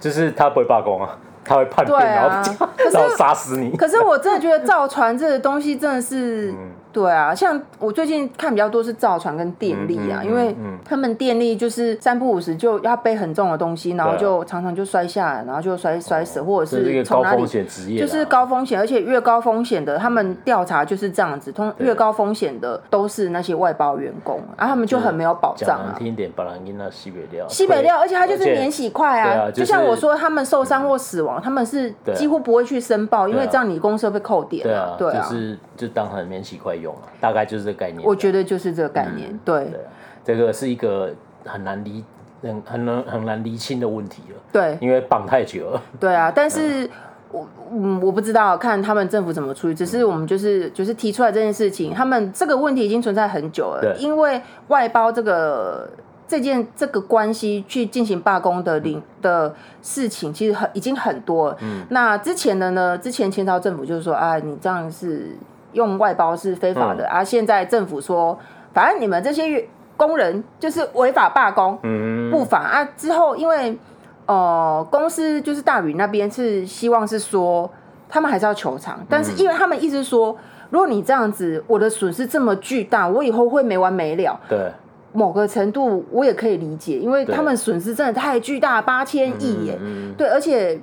S2: 就是他不会罢工啊，他会叛变，
S1: 对啊
S2: 然 *laughs* 后
S1: 可是
S2: 然后杀死你。
S1: 可是我真的觉得造船这个东西真的
S2: 嗯
S1: 是，对啊，像我最近看比较多是造船跟电力啊，
S2: 嗯嗯嗯
S1: 因为他们电力就是三不五时就要背很重的东西，然后
S2: 对啊哦
S1: 就常常就摔下来，然后就摔摔死，或者
S2: 这是一
S1: 是
S2: 个
S1: 从
S2: 高
S1: 哪里
S2: 风。险啊职业
S1: 就
S2: 啦，
S1: 是高风险，而且越高风险的，他们调查就是这样子，通越高风险的都是那些外包员工，啊，他们就很没有保障
S2: 讲
S1: 啊
S2: 难。听一点，把人给那西北料，
S1: 西北料，而且他就是
S2: 而且
S1: 免洗快
S2: 对
S1: 啊，
S2: 啊
S1: 就
S2: 就是
S1: 像我说，他们受伤或死亡，他们是
S2: 对啊
S1: 几乎不会去申报，因为
S2: 对啊
S1: 这样你公司会被扣点
S2: 对啊，
S1: 对啊，
S2: 就是就当很免洗快用啊，大概就是这个概念。
S1: 我觉得就是这个概念，对
S2: 对啊这个是一个很难理很很难很难厘清的问题了，
S1: 对
S2: 因为绑太久了。
S1: 对啊，但是。我嗯，我不知道看他们政府怎么处理，只
S2: 嗯
S1: 是我们就是就是提出来这件事情，他们这个问题已经存在很久了
S2: 对，
S1: 因为外包这个这件这个关系去进行罢工的
S2: 嗯
S1: 领的事情，其实很已经很多了。那之前的呢，之前前朝政府就是说啊，你这样是用外包是非法
S2: 嗯
S1: 的，啊，现在政府说，反正你们这些工人就是违法罢工，
S2: 嗯，
S1: 不法啊。之后因为呃，公司就是大宇那边是希望是说，他们还是要求偿，但
S2: 嗯
S1: 是因为他们一直说，如果你这样子，我的损失这么巨大，我以后会没完没了。
S2: 对，
S1: 某个程度我也可以理解，因为
S2: 对
S1: 他们损失真的太巨大，八千亿耶。
S2: 嗯
S1: 对，而且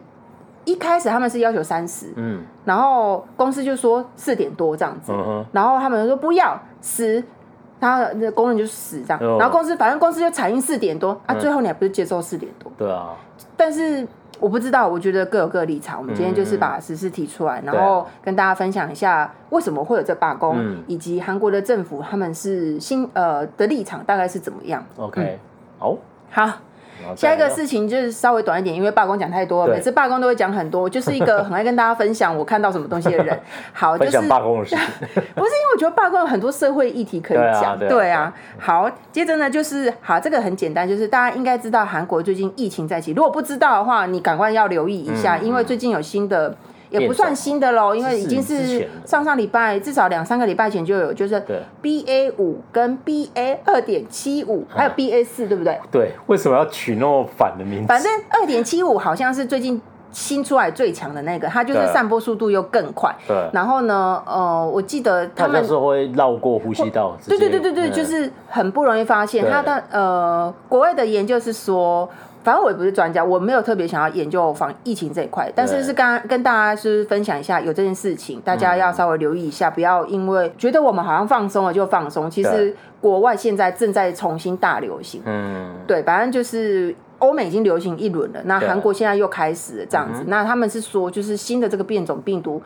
S1: 一开始他们是要求三十，
S2: 嗯
S1: 然后公司就说四点多这样子，
S2: 嗯哼，
S1: 然后他们就说不要十，然后那工人就死这样，
S2: 哦嗯
S1: 然后公司反正公司就产印四点多啊，最后你还不是接受四点多？
S2: 对啊，
S1: 但是我不知道，我觉得各有各的立场。我们今天
S2: 嗯
S1: 就是把实事提出来，然后跟大家分享一下为什么会有这罢工，
S2: 嗯
S1: 以及韩国的政府他们是新呃的立场大概是怎么样。
S2: OK，好，
S1: 好，
S2: 然后再
S1: 嗯下一个
S2: 来
S1: 事情就是稍微短一点，因为罢工讲太多了，
S2: 对
S1: 每次罢工都会讲很多。我就是一个很爱跟大家分享我看到什么东西的人。
S2: *laughs*
S1: 好，就
S2: 分
S1: 是
S2: 享罢工
S1: *laughs*
S2: 的事情，
S1: 不是因为我觉得罢工有很多社会议题可以
S2: 对啊
S1: 讲，
S2: 对啊
S1: 对啊。好，接着呢就是好，这个很简单，就是大家应该知道韩国最近疫情在起，如果不知道的话，你赶快要留意一下，
S2: 嗯
S1: 因为最近有新的。也
S2: 变
S1: 不
S2: 种
S1: 算新的喽，因为
S2: 是
S1: 已经
S2: 之前
S1: 是
S2: 的
S1: 上上礼拜至少两三个礼拜前就有，就是
S2: 对
S1: B A 五跟 B A 二点七五，
S2: 嗯
S1: 还有 B A 四，对不对？
S2: 对，为什么要取那么反的名字？
S1: 反正二点七五好像是最近新出来最强的那个，它就是
S2: 对
S1: 散播速度又更快。
S2: 对，
S1: 然后呢，呃，我记得他
S2: 他
S1: 们
S2: 们是会绕过呼吸道，嗯
S1: 对对对对
S2: 直
S1: 对，
S2: 接
S1: 就是很不容易发现。
S2: 对
S1: 它的呃，国外的研究是说，反正我也不是专家，我没有特别想要研究防疫情这一块，但是是跟跟大家是分享一下有这件事情，大家要稍微留意一下，不要因为觉得我们好像放松了就放松，其实
S2: 对
S1: 国外现在正在重新大流行。
S2: 嗯，
S1: 对，反正就是欧美已经流行一轮了，那
S2: 对嗯
S1: 韩国现在又开始了这样子。那他们是说，就是新的这个变种病毒，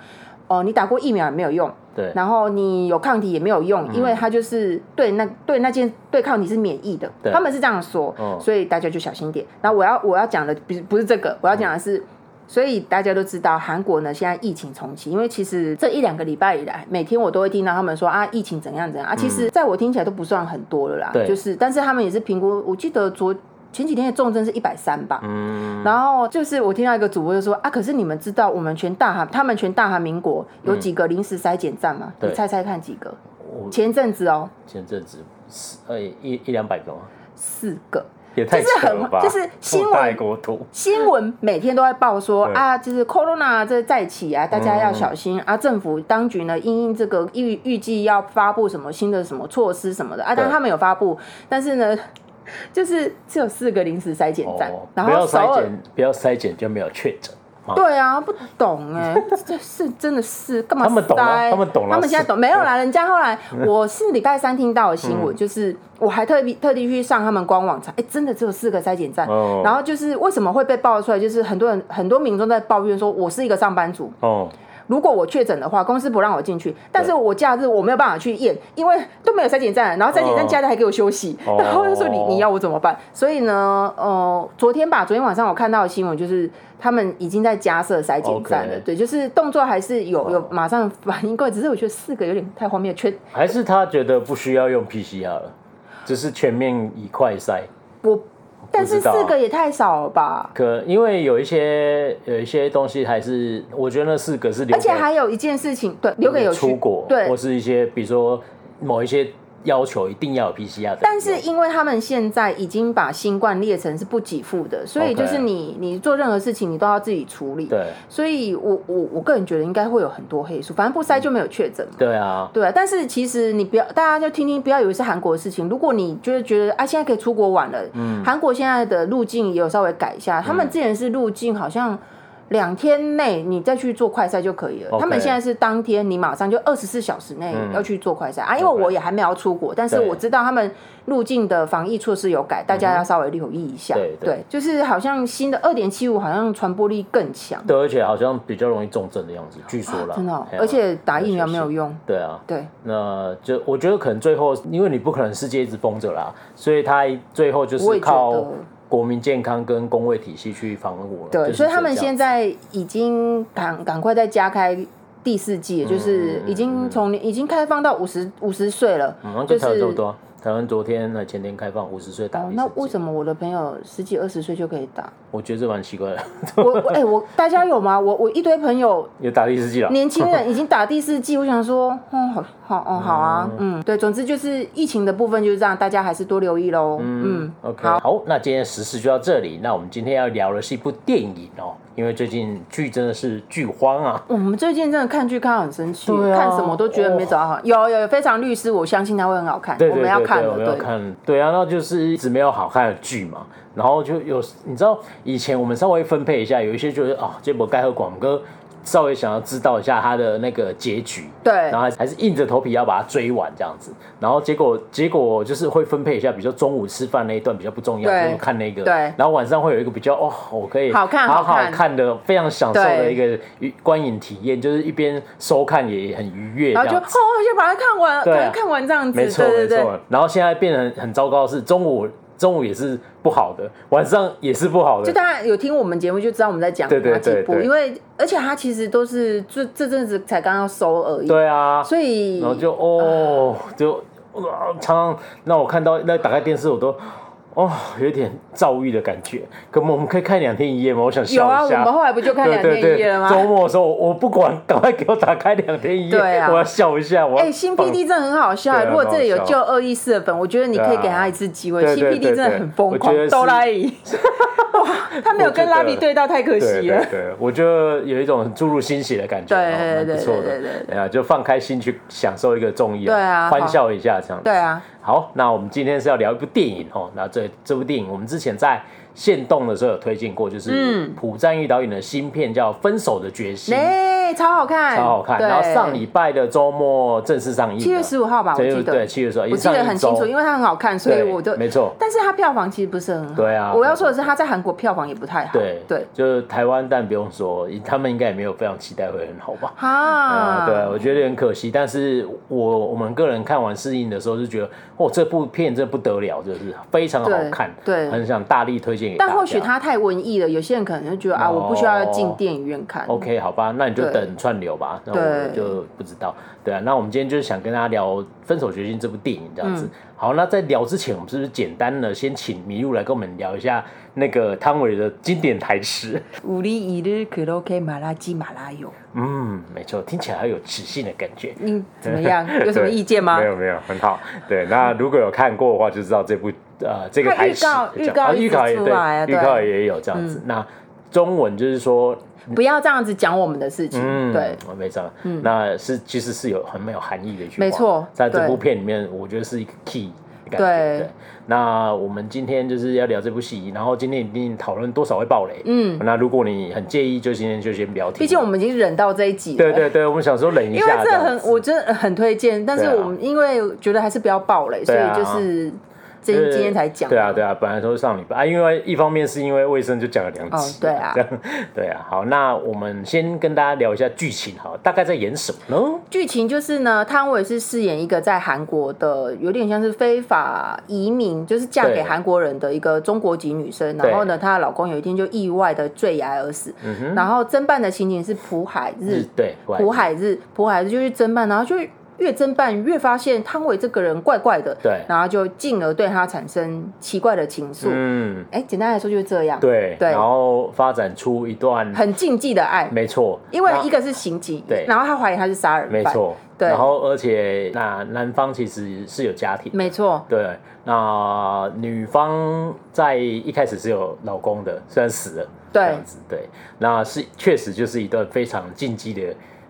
S1: 哦、你打过疫苗也没有用，
S2: 对嗯
S1: 然后你有抗体也没有用，因为它就是对那对那件对抗体是免疫的，
S2: 对
S1: 他们是这样说，
S2: 哦
S1: 所以大家就小心点。那我要我要讲的不是不是这个，我要讲的是。所以大家都知道，韩国呢现在疫情重启，因为其实这一两个礼拜以来，每天我都会听到他们说啊，疫情怎样怎样啊。其实在我听起来都不算很多了啦，
S2: 嗯对
S1: 就是，但是他们也是评估，我记得昨前几天的重症是一百三吧，
S2: 嗯，
S1: 然后就是我听到一个主播就说啊，可是你们知道我们全大韩，他们全大韩民国有几个临时筛检站吗？
S2: 嗯对
S1: 你猜猜看几个？
S2: 我
S1: 前阵子哦，
S2: 前阵子是呃一一两百个吗？
S1: 四个。
S2: 也太
S1: 就是
S2: 扯
S1: 很
S2: 了吧！
S1: 就是新闻
S2: 带国土，
S1: 新闻每天都在报说
S2: 对嗯
S1: 啊，就是 corona 这再起啊，大家要小心、啊。政府当局呢，因应这个预预计要发布什么新的什么措施什么的啊，
S2: 对
S1: 但他们有发布，但是呢，就是只有四个临时筛检站，
S2: 哦，
S1: 然
S2: 不要
S1: 后首
S2: 筛
S1: 尔
S2: 检，不要筛检就没有确诊。啊
S1: 对啊，不懂
S2: *laughs*
S1: 哎、这是真的是干嘛塞？
S2: 他们懂啊他们懂啊嗯
S1: 他们现在懂没有啦？人家后来我是礼拜三听到的新闻，就是我还特地特地去上他们官网查，哎、真的只有四个筛检站。
S2: 哦
S1: 然后就是为什么会被爆出来？就是很多人很多民众在抱怨说，我是一个上班族，
S2: 哦，
S1: 如果我确诊的话，公司不让我进去，但是我假日我没有办法去验，因为都没有筛检站，然后筛检站假日还给我休息，
S2: 哦
S1: *laughs* 然后就说你
S2: 哦
S1: 你要我怎么办？所以呢，呃，昨天吧，昨天晚上我看到的新闻就是他们已经在加设筛检站了
S2: OK 哦
S1: 对，就是动作还是有有马上反应过来，只是我觉得四个有点太荒谬，缺
S2: 还是他觉得不需要用 PCR 了，只是全面以快筛。
S1: 我，但是
S2: 不知道啊
S1: 四个也太少了吧？
S2: 可因为有一些有一些东西还是，我觉得那四个是留
S1: 而
S2: 给
S1: 且还有一件事情，对，留给有去
S2: 出国，
S1: 对
S2: 或，是一些比如说某一些要求一定要有 PCR 的。
S1: 但是因为他们现在已经把新冠列成是不给付的，所以
S2: OK
S1: 就是你你做任何事情你都要自己处理。
S2: 对
S1: 所以我我我个人觉得应该会有很多黑数，反正不
S2: 嗯
S1: 筛就没有确诊嘛。
S2: 对啊，
S1: 对啊，但是其实你不要，大家就听听，不要以为是韩国的事情。如果你就是觉得啊，现在可以出国玩了，
S2: 嗯
S1: 韩国现在的路径也有稍微改一下，他们之前是路径好像两天内你再去做快筛就可以了，
S2: OK 嗯
S1: 他们现在是当天你马上就二十四小时内要去做快筛、啊。因为
S2: OK
S1: 我也还没有出国，但是
S2: 对
S1: 我知道他们路径的防疫措施有改，大家要稍微留意一下。
S2: 嗯对对
S1: 就是好像新的二点七五好像传播力更强，
S2: 对，而且好像比较容易重症的样子，据说啦。
S1: 真的哦、
S2: 嘿啊
S1: 而且打疫苗没有用。
S2: 对啊，
S1: 对，
S2: 那就我觉得可能最后，因为你不可能世界一直封着啦，所以他最后就
S1: 我也
S2: 是
S1: 觉
S2: 靠
S1: 得。
S2: 国民健康跟工卫体系去防火了。就
S1: 对，
S2: 是
S1: 所以他
S2: 这
S1: 们
S2: 样
S1: 现在已经赶赶快再加开第四季，也就是已经从已经开放到五十五十岁了
S2: 嗯，那，
S1: 就
S2: 跟台湾差不
S1: 是
S2: 多啊。台湾昨天呃前天开放五十岁打
S1: 哦
S2: 第
S1: 那
S2: 四剂
S1: 为什么我的朋友十几二十岁就可以打？ *laughs*
S2: 我觉得这蛮奇怪的， *laughs*
S1: 我我哎、我大家有吗？我我一堆朋友
S2: 有打第四剂了。
S1: 年轻人已经打第四季，我想说，嗯，好好哦，好啊，嗯，对，总之就是疫情的部分就是这样，大家还是多留意喽。嗯，
S2: OK，好那今天的时事就到这里。那我们今天要聊的是一部电影哦，因为最近剧真的是剧荒啊。
S1: *laughs* 我们最近真的看剧看得很生气，
S2: 对啊
S1: 看什么都觉得没找到好。有有有，非常律师，我相信他会很好看，
S2: 对
S1: 我
S2: 对
S1: 们
S2: 对
S1: 要
S2: 对，
S1: 看
S2: 我
S1: 了，
S2: 们要
S1: 对。
S2: 看，对啊，那就是一直没有好看的剧嘛。然后就有，你知道以前我们稍微分配一下，有一些就是啊，这波盖和广哥稍微想要知道一下他的那个结局，
S1: 对
S2: 然后还还是硬着头皮要把它追完这样子。然后结果结果就是会分配一下，比如说中午吃饭那一段比较不重要，
S1: 对
S2: 就看那个，
S1: 对
S2: 然后晚上会有一个比较哦，我可以
S1: 好看
S2: 好
S1: 好看
S2: 看的，非常享受的
S1: 对
S2: 一个娱观影体验，就是一边收看也很愉悦这
S1: 然
S2: 样
S1: 后
S2: 子，
S1: 就哦，我先把它看完，
S2: 对啊
S1: 赶快看完这样子，
S2: 没错
S1: 对对
S2: 没
S1: 对
S2: 错。然后现在变得很很糟糕的是，中午中午也是不好的，晚上也是不好
S1: 就
S2: 的。
S1: 大家有听我们节目就知道我们在讲
S2: 对对
S1: 哪几
S2: 对
S1: 部，
S2: 对
S1: 因为而且它其实都是这这阵子才刚要收而已，
S2: 对啊，
S1: 所以
S2: 然后就哦，就啊常常让我看到那打开电视我都。哦，有一点躁郁的感觉。可我们可以看两天一夜吗？我想笑
S1: 有啊，
S2: 一
S1: 我
S2: 下。
S1: 们后来不就看
S2: 对
S1: 两
S2: 对
S1: 天
S2: 对，
S1: 一夜了吗？
S2: 周末的时候，我不管， *laughs* 赶快给我打开两天一夜，
S1: 对啊
S2: 我要笑一下。我要
S1: 哎、新
S2: 放
S1: PD 真的很好笑、欸
S2: 对啊
S1: 如果这里有
S2: 很好笑
S1: 救恶意识的粉，我觉得你可以给他一次机会。
S2: 对啊
S1: 新
S2: 对
S1: PD
S2: 对对
S1: 真的很疯
S2: 我觉
S1: 狂，
S2: 得是
S1: 哆啦
S2: *laughs*
S1: A，哇，他没有跟
S2: 我觉
S1: 拉
S2: 得
S1: 比对到，太可
S2: 对
S1: 惜
S2: 对
S1: 了。
S2: 对，我觉得有一种注入新血的感觉，
S1: 啊对
S2: 哦蛮
S1: 对
S2: 不错
S1: 对对对
S2: 的。哎呀，就放开心去享受一个综艺，
S1: 对啊
S2: 欢笑一下这样。
S1: 对，啊，
S2: 好，那我们今天是要聊一部电影哦。那这这部电影我们之前在限动的时候有推荐过，就是
S1: 嗯
S2: 朴赞玉导演的新片叫《分手的决心》，
S1: 哎、超好看，
S2: 超好看。
S1: 对
S2: 然后上礼拜的周末正式上映了，
S1: 七月十五号吧，我
S2: 对
S1: 记
S2: 对，
S1: 得，
S2: 七月十五，
S1: 我记得很清楚，因
S2: 为
S1: 为它很好看，所以我就
S2: 没错。
S1: 但是它票房其实不是很好。
S2: 对啊
S1: 我要说的是，它在韩国票房也不太好。
S2: 对
S1: 对，
S2: 就是台湾，但不用说，他们应该也没有非常期待会很好吧？啊、
S1: 啊，
S2: 对，我觉得很可惜。但是我我们个人看完试映的时候是觉得，哦，这部片这不得了，就是非常好看，
S1: 对对
S2: 很想大力推荐给大
S1: 但
S2: 家。
S1: 或许它太文艺了，有些人可能就觉得啊，我不需要进电影院看。
S2: 哦 *laughs* OK，好吧，那你就
S1: 对
S2: 等串流吧，那
S1: 对
S2: 我就不知道。对啊，那我们今天就是想跟大家聊《分手决心》这部电影这样子。好，那在聊之前，我们是不是简单的先请麋鹿来跟我们聊一下那个汤唯的经典台词？ *laughs*
S1: 우리이를그렇게말하지말아요。
S2: 嗯，没错，听起来很有磁性的感觉。
S1: 你怎么
S2: *laughs*
S1: 样？有什么意见吗
S2: 没？有没有，很好。对，那如果有看过的话，就知道这部呃这个
S1: 它
S2: 台
S1: 预
S2: 词
S1: 告
S2: 这样
S1: 预告
S2: 啊
S1: 一直
S2: 预告也
S1: 出来啊
S2: 对，预嗯
S1: 对
S2: 告也有这样子。那中文就是说，
S1: 不要这样子讲我们的事情。
S2: 嗯，
S1: 对，，
S2: 没错，那是其实是有很没有含义的一句话，
S1: 没错
S2: 在这
S1: 对
S2: 部片里面，我觉得是一个 key 的感觉。
S1: 对
S2: 对，那我们今天就是要聊这部戏，然后今天一定讨论多少会爆雷。
S1: 嗯，
S2: 那如果你很介意，就今天就先不要听。
S1: 毕竟我们已经忍到这一集了。
S2: 对对对，我们想说忍一
S1: 因为
S2: 下，
S1: 这
S2: 样
S1: 很，
S2: 子
S1: 我真的很推荐，但是
S2: 对啊
S1: 我们因为觉得还是不要爆雷，所
S2: 对
S1: 以
S2: 啊
S1: 就是今
S2: 就是
S1: 今天才讲。
S2: 对啊，对啊，本来都是上礼拜啊，因为一方面是因为卫生就讲了两集、
S1: 哦对啊
S2: 这样 *laughs* 对啊。好，那我们先跟大家聊一下剧情，好，大概在演什么呢？
S1: 剧情就是呢，汤唯是饰演一个在韩国的，有点像是非法移民，就是嫁
S2: 对
S1: 给韩国人的一个中国籍女生。
S2: 对嗯
S1: 然后呢，她的老公有一天就意外的坠崖而死。然后侦办的情景是朴海日，
S2: 对，
S1: 朴海日，朴海日就去侦办，然后就越侦办越发现汤唯这个人怪怪的，
S2: 对
S1: 然后就进而对他产生奇怪的情愫。
S2: 嗯，
S1: 哎、简单来说就是这样，，
S2: 对
S1: 对
S2: 然后发展出一段，
S1: 很禁忌的爱，
S2: 没错，
S1: 因为
S2: 那
S1: 一个是刑警，
S2: 对
S1: 然后他怀疑他是杀人犯，
S2: 没，错，
S1: 对
S2: 然后而且那男方其实是有家庭，
S1: 没错，
S2: 对，那女方在一开始是有老公的，虽然死了，
S1: 对
S2: 这样子，对，那是确实就是一段非常禁忌的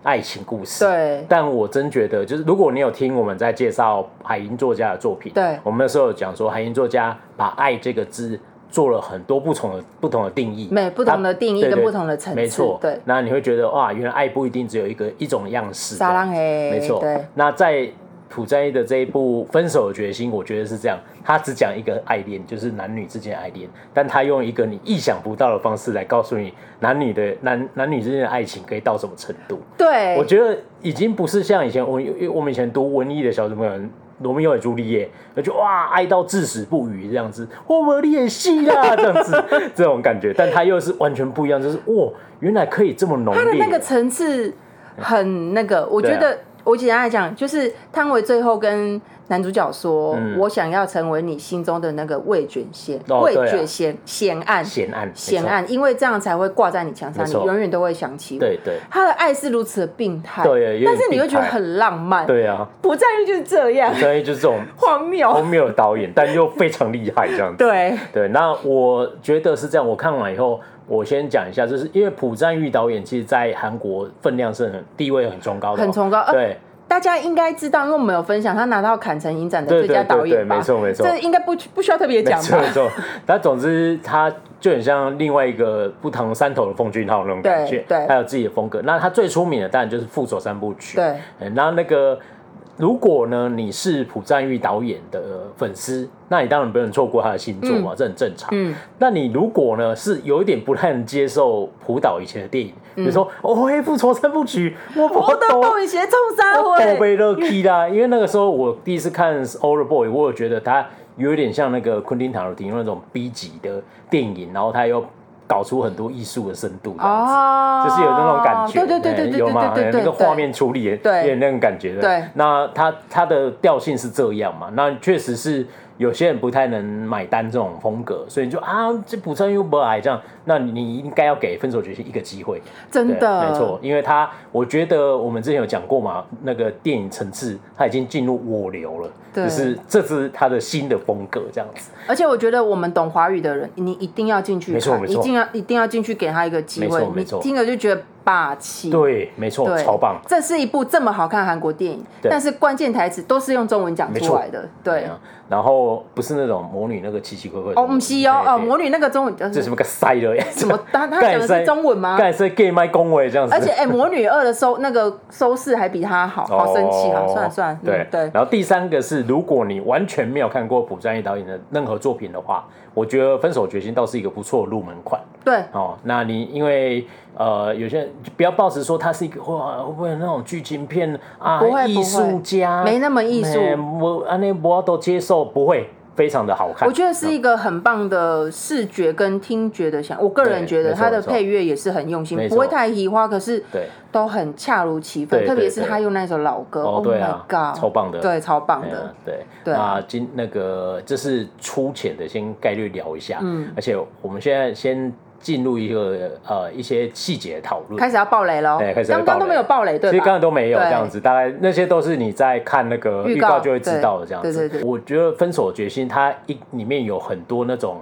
S2: 爱情故事，。
S1: 对，
S2: 但我真觉得，就是如果你有听我们在介绍海英作家的作品，
S1: 对
S2: 我们那时候有讲说，海英作家把“爱”这个字做了很多不同的不同的定义，
S1: 每不同的定义
S2: 它对
S1: 跟
S2: 对
S1: 不同的层次，
S2: 没错，
S1: 对，
S2: 那你会觉得哇，原来爱不一定只有一个一种样式，
S1: 沙浪嘿，
S2: 没错
S1: 对。
S2: 那在朴赞义的这一部《分手的决心》，我觉得是这样，他只讲一个爱恋，就是男女之间的爱恋，但他用一个你意想不到的方式来告诉你，男女的男男女之间的爱情可以到什么程度。
S1: 对，
S2: 我觉得已经不是像以前我我们以前读文艺的小朋友罗密欧与朱丽叶，那就哇哀到至死不渝这样子，我们演戏啊这样子 *laughs* 这种感觉，但他又是完全不一样，就是哇原来可以这么浓
S1: 他的
S2: 烈
S1: 那，个层次很那个，我觉
S2: 对啊
S1: 得、我简单来讲，就是汤唯最后跟男主角说：“我想要成为你心中的那个味觉仙，
S2: 嗯哦
S1: 味
S2: 对啊
S1: 觉仙嫌案
S2: 咸暗没错
S1: 嫌案，因为这样才会挂在你墙上，
S2: 没
S1: 你
S2: 错
S1: 永远都会想起我。”
S2: 对对
S1: 他的爱是如此的病态，
S2: 对有点
S1: 但是你会觉
S2: 病
S1: 得
S2: 态
S1: 很浪漫，
S2: 对啊，
S1: 不在于就是这样
S2: 所以就是这种
S1: 荒
S2: 荒
S1: 谬，
S2: 谬的导演，但又非常厉害这样子。
S1: 对，
S2: 对，那我觉得是这样。我看完以后，我先讲一下，就是因为朴赞玉导演其实，在韩国分量是很地位很崇高的哦、
S1: 很崇高呃
S2: 对
S1: 大家应该知道，因为我们有分享他拿到坎城影展的
S2: 对
S1: 最
S2: 对
S1: 佳
S2: 对
S1: 导
S2: 对，
S1: 演吧，
S2: 没错没错。
S1: 这应该不不需要特别
S2: 没
S1: *laughs* 讲
S2: 错
S1: 吧
S2: 没？错，但总之他就很像另外一个不同山头的奉俊昊那种感觉，
S1: 对对
S2: 他有自己的风格。那他最出名的当然就是《复仇三部曲》，
S1: 对
S2: *laughs* 嗯，然后那个如果呢你是朴赞玉导演的粉丝，那你当然不能错过他的新作嘛，这很正常。
S1: 嗯，
S2: 那你如果呢是有一点不太能接受朴导以前的电影，比如说《哦嘿复仇三部曲》，我
S1: 我
S2: 不
S1: 的
S2: 懂。
S1: 暴雨鞋冲杀
S2: 我哦都
S1: *laughs* 我，
S2: 被乐 key 啦，因为那个时候我第一次看《Old Boy》，我有觉得他有点像那个昆汀·塔伦提诺那种 B 级的电影，然后他又搞出很多艺术的深度这样子。
S1: 哦
S2: 就是有那种感觉，
S1: 对对对对
S2: 哎
S1: 对
S2: 有吗？
S1: 对对
S2: 哎
S1: 对对，
S2: 那个画面处理也
S1: 对
S2: 也有那种感觉的。
S1: 对
S2: 那它它的调性是这样嘛？那确实是有些人不太能买单这种风格，所以你就啊，这补上又不来这样，那你应该要给《分手决心》一个机会。
S1: 真的
S2: 对没错，，因为他我觉得我们之前有讲过嘛，那个电影层次他已经进入我流了，
S1: 对
S2: 就是这是他的新的风格这样子。
S1: 而且我觉得我们懂华语的人，你一定要进去
S2: 没错
S1: 看，
S2: 没
S1: 一
S2: 错
S1: 定要一定要进去给他一个机
S2: 没
S1: 会
S2: 错，没
S1: 你
S2: 错
S1: 听了就觉得霸气，
S2: 对，没错，
S1: 对，
S2: 超棒。
S1: 这是一部这么好看的韩国电影，
S2: 对
S1: 但是关键台词都是用中文讲出来的，对。
S2: 啊，然后不是那种魔女那个奇奇怪怪的
S1: 哦，不是哦，哦，魔女那个中文叫
S2: 哎这什么个塞的耶？ *laughs*
S1: 什么？他他讲的是中文吗？
S2: 盖塞 gay 麦恭维这样子，
S1: *laughs* 而且，哎，魔女二的收那个收视还比他好，好生气，好
S2: 哦
S1: 算了算了，嗯
S2: 对
S1: 对，
S2: 然后第三个是，如果你完全没有看过朴赞玉导演的任何作品的话，我觉得《分手决心》倒是一个不错的入门款。
S1: 对，
S2: 哦，那你因为呃，有些人就不要抱持说他是一个哇，会不会那种剧情片啊
S1: 不会，不
S2: 艺
S1: 会
S2: 术家
S1: 没那么艺术
S2: 哎我啊那我都接受，不会，非常的好看。
S1: 我觉得是一个很棒的视觉跟听觉的想，我个人觉
S2: 对
S1: 得
S2: 没错
S1: 它的
S2: 没错
S1: 配乐也是很用心
S2: 没，错
S1: 不会太移花，可是
S2: 对
S1: 都很恰如其分，
S2: 对
S1: 特别是
S2: 对对
S1: 他用那首老歌
S2: 哦
S1: ，Oh
S2: 对
S1: my
S2: 啊
S1: God，
S2: 超棒的
S1: 对，超棒
S2: 哎呀
S1: 的，
S2: 对
S1: 对啊
S2: 那今那个这是粗浅的，先概率聊一下。嗯，而且我们现在先进入一个呃一些细节的讨论。
S1: 开始要爆雷喽
S2: 对哎开，始要
S1: 刚刚
S2: 爆
S1: 都
S2: 雷
S1: 没有爆雷，对
S2: 其实
S1: 吧
S2: 刚？刚都没有
S1: 对
S2: 这样子，大概那些都是你在看那个
S1: 预
S2: 预
S1: 告
S2: 告就会知道的这样子。
S1: 对对对
S2: 我觉得《分手决心》它一里面有很多那种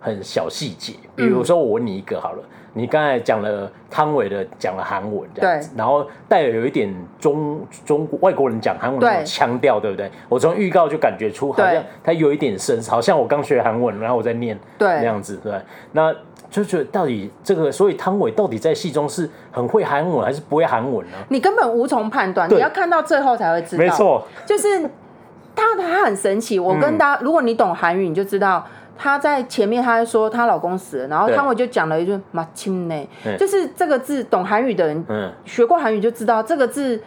S2: 很小细节，比如说我问你一个好了，你刚才讲了汤唯的，讲了韩文这样子，然后带有一点中中国外国人讲韩文的那种
S1: 对
S2: 腔调，对不对？我从预告就感觉出好
S1: 对
S2: 像它有一点深，好像我刚学韩文，然后我在念
S1: 对
S2: 那样子，对。那就觉得到底这个，所以汤唯到底在戏中是很会韩文还是不会韩文呢？
S1: 你根本无从判断，
S2: 对
S1: 你要看到最后才会知道。
S2: 没，错，
S1: 就是他他很神奇。我
S2: 嗯
S1: 跟大家，如果你懂韩语，你就知道。她在前面，她说她老公死了，然后
S2: 对
S1: 汤唯就讲了一句“马亲呢
S2: 嗯”，
S1: 就是这个字，懂韩语的人
S2: 嗯，
S1: 学过韩语就知道这个字。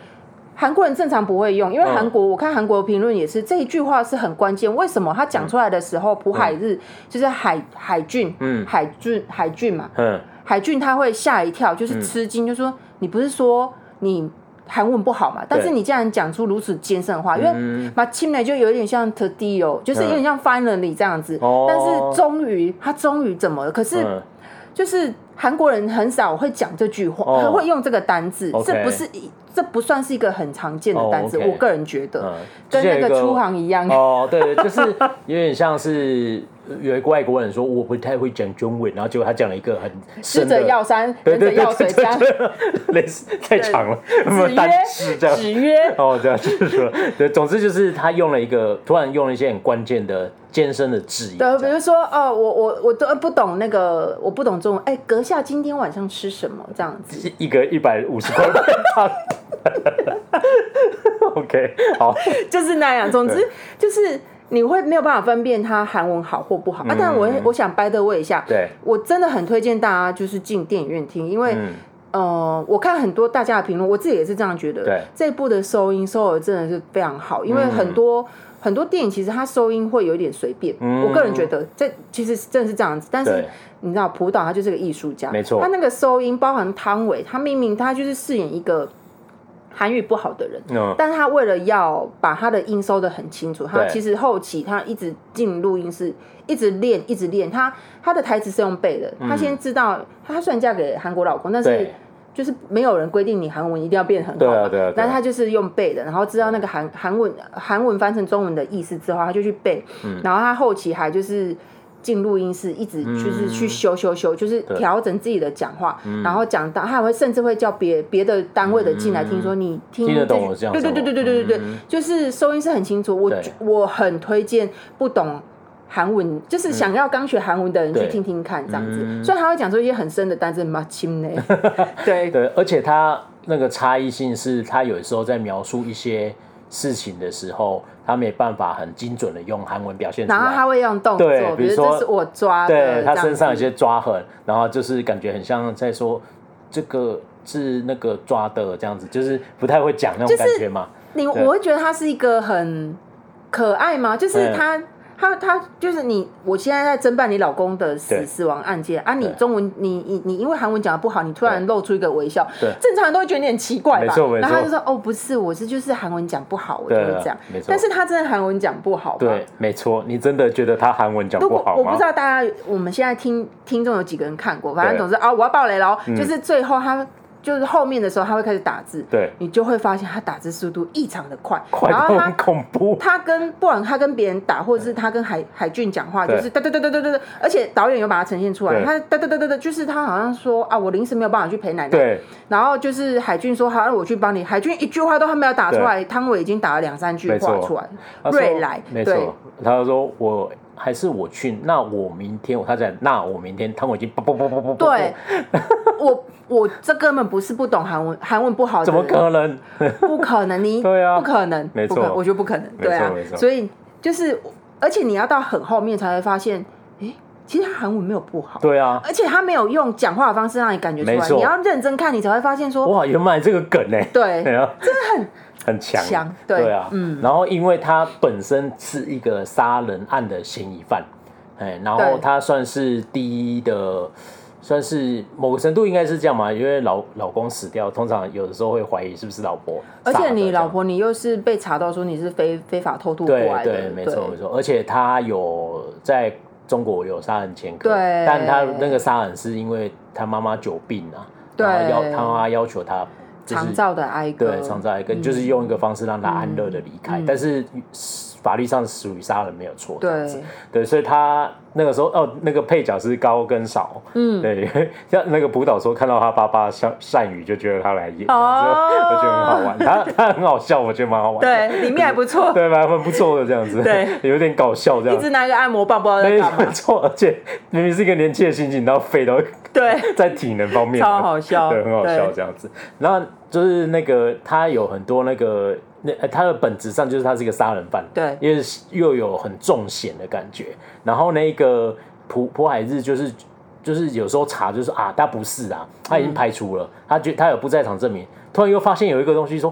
S1: 韩国人正常不会用，因为
S2: 嗯
S1: 韩国、我看韩国评论也是这一句话是很关键。为什么他讲出来的时候，朴海日、就是海海俊，
S2: 嗯
S1: 海俊海俊嘛，
S2: 嗯，
S1: 海俊他会吓一跳，就是吃惊，就说你不是说你韩文不好嘛，但是你竟然讲出如此艰深的话，因为马青磊就有点像 t o d i o 就是有点像 finally 这样子，
S2: 哦
S1: 但是终于他终于怎么了？可是
S2: 嗯
S1: 就是韩国人很少会讲这句话，
S2: 哦
S1: 他会用这个单字，
S2: OK
S1: 这不是一这不算是一个很常见的单字，
S2: 哦，OK
S1: 我个人觉得、
S2: 嗯，
S1: 跟
S2: 之前
S1: 那
S2: 有一
S1: 个出行一样。
S2: 哦，对，就是有点像是有一个外国人说我不太会讲中文，然后结果他讲了一个很
S1: 吃
S2: 深
S1: 着
S2: 的，
S1: 药山，
S2: 对
S1: 人着
S2: 对对
S1: 药水
S2: 对
S1: 山，
S2: 对， *laughs* 对类似太长了， *laughs*
S1: 子
S2: 单
S1: 曰
S2: 吃这样，
S1: 子曰，
S2: 哦，这样就是说，对，总之就是他用了一个突然用了一些很关键的艰深的字眼，
S1: 对，
S2: 这
S1: 比
S2: 样
S1: 如说哦，我我我都不懂那个，我不懂中文。哎，阁下今天晚上吃什么？这样
S2: *laughs*
S1: 子，
S2: 一一个一百五十块便当 *laughs* ，OK，好，
S1: 就是那样。总之就是你会没有办法分辨它韩文好或不好、啊。但我我想掰的问一下，
S2: 嗯对
S1: 我真的很推荐大家就是进电影院听，因为、
S2: 嗯
S1: 呃，我看很多大家的评论，我自己也是这样觉得
S2: 对。嗯
S1: 这一部的收音收耳真的是非常好，因为很多、很多电影其实它收音会有一点随便。
S2: 嗯
S1: 我个人觉得，这其实真的是这样子。但是
S2: 对
S1: 你知道，朴导他就是个艺术家，
S2: 没错
S1: 他那个收音包含汤唯，他明明他就是饰演一个韩语不好的人，
S2: 嗯，
S1: 但是他为了要把他的音收的很清楚，他
S2: 对
S1: 其实后期他一直进录音室，一直练，一直练。他他的台词是用背的，他先知道，他虽然嫁给韩国老公，但是
S2: 嗯对，
S1: 就是没有人规定你韩文一定要变得很好
S2: 对啊
S1: 嘛
S2: 对啊对啊
S1: 但他就是用背的，然后知道那个韩韩文韩文翻成中文的意思之后，他就去背，
S2: 嗯
S1: 然后他后期还就是。进录音室，一直
S2: 嗯
S1: 就是去修修修，就是调整自己的讲话，
S2: 嗯
S1: 然后讲到他还会甚至会叫别别的单位的进来听说你听
S2: 嗯听得懂
S1: 这
S2: 我这样
S1: 对对
S2: 讲
S1: 对
S2: 吗
S1: 对对对对对，就是收音是很清楚。我
S2: 对
S1: 我很推荐不懂韩文，就是想要刚学韩文的人去
S2: 对嗯
S1: 听听看这样子。虽然他会讲出一些很深的 *laughs* 单字，马亲呢，对
S2: *laughs* 对，而且他那个差异性是，他有时候在描述一些事情的时候，他没办法很精准的用韩文表现出
S1: 然后
S2: 来。
S1: 他会用动作，
S2: 啊对
S1: 比
S2: 比
S1: 如
S2: 如
S1: 说
S2: 说
S1: 这是我抓的，
S2: 对他
S1: 这样
S2: 身上有
S1: 子
S2: 些抓痕，然后就是感觉很像在说这个是那个抓的这样子，就是不太会讲那种感觉嘛。
S1: 你
S2: 对
S1: 我会觉得他是一个很可爱吗？就是
S2: 嗯
S1: 他。他他就是你，我现在在侦办你老公的死
S2: 对
S1: 死亡案件啊！你
S2: 对
S1: 中文你你你因为韩文讲的不好，你突然
S2: 对
S1: 露出一个微笑
S2: 对，
S1: 正常人都会觉得你很奇怪吧？
S2: 没错没
S1: 然后他就
S2: 错
S1: 说：“哦，不是，我是就是韩文讲不好，我就
S2: 对
S1: 会
S2: 啊
S1: 这样。
S2: 没”错
S1: 但是他真的韩文讲不好吗？
S2: 对，没错，你真的觉得他韩文讲
S1: 如
S2: 不
S1: 果
S2: 好
S1: 我不
S2: 吗
S1: 知？道大家我们现在听听众有几个人看过，反正
S2: 对
S1: 总之啊、我要爆雷喽、
S2: 嗯
S1: 就是最后他就是后面的时候，他会开始打字，
S2: 对
S1: 你就会发现他打字速度异常的快，
S2: 快
S1: 然
S2: 到
S1: 后
S2: 很
S1: 他。
S2: *laughs* 恐怖。
S1: 他跟不管他跟别人打，或者是他跟海海俊讲话，就是哒哒哒哒哒哒哒，而且导演有把它呈现出来，
S2: 对
S1: 他哒哒哒哒哒，就是他好像说啊，我临时没有办法去陪奶奶，
S2: 对
S1: 然后就是海俊说好，那我去帮你，海俊一句话都还没有打出来，汤唯已经打了两三句
S2: 没错
S1: 话出来，
S2: 他说
S1: 瑞来，
S2: 没
S1: 对
S2: 错，他说我还是我去，那我明天我他讲，那我明天汤姆已经不不不不不，
S1: 对，我我这根本不是不懂韩文，韩文不好的
S2: 怎么
S1: 人，
S2: 可能？
S1: 不可能？你
S2: *laughs* 对啊
S1: 不可能，
S2: 没
S1: 不可
S2: 错
S1: 我觉得不可能，
S2: 没错
S1: 对啊
S2: 没，错
S1: 所以就是，而且你要到很后面才会发现，诶，其实他韩文没有不好，
S2: 对啊，
S1: 而且他没有用讲话的方式让你感觉出
S2: 没
S1: 来，
S2: 错
S1: 你要认真看，你才会发现说，
S2: 哇，原来这个梗呢、
S1: 对
S2: 对啊，真的很很强，
S1: 强对
S2: 啊，嗯。然后因为他本身是一个杀人案的嫌疑犯，哎，然后
S1: 对
S2: 他算是第一的，算是某个程度应该是这样嘛，因为老老公死掉，通常有的时候会怀疑是不是老婆
S1: 而
S2: 杀的这样，
S1: 且你老婆，你又是被查到说你是非非法偷渡过
S2: 对
S1: 来的，
S2: 对，没错没错，而且他有在中国有杀人前科，
S1: 对
S2: 但他那个杀人是因为他妈妈久病啊，然后
S1: 对
S2: 要他妈妈要求他就是
S1: 长照的嗯哀歌，
S2: 对，创造一个、就是用一个方式让他安乐的离
S1: 嗯
S2: 开，但是法律上是属于杀人没有错，这样子
S1: 对，
S2: 对，所以他那个时候哦，那个配角是高跟少，嗯，对， *laughs* 像那个朴导说看到他爸爸善善宇就觉得他来演，
S1: 哦
S2: 这样子我觉得很好玩，他他很好笑，我觉得蛮好玩的，
S1: 对，里面还不错，
S2: *laughs* 对，蛮蛮不错的这样子，
S1: 对，
S2: *laughs* 有点搞笑这
S1: 一
S2: 样
S1: 直。拿一个按摩棒，不知道在
S2: *laughs* 没
S1: 干嘛，
S2: 错，而且明明是一个年轻的心情，然后废到
S1: 对。
S2: *laughs* 在体能方面的
S1: 超好笑
S2: 对，很好笑
S1: 对
S2: 这样子。然后就是那个他有很多那个那呃他的本质上就是他是一个杀人犯，
S1: 对
S2: 因为又有很重险的感觉。然后那个朴朴海日就是就是有时候查就是啊，他不是啊，他已经排除了，
S1: 嗯
S2: 他觉他有不在场证明，突然又发现有一个东西说。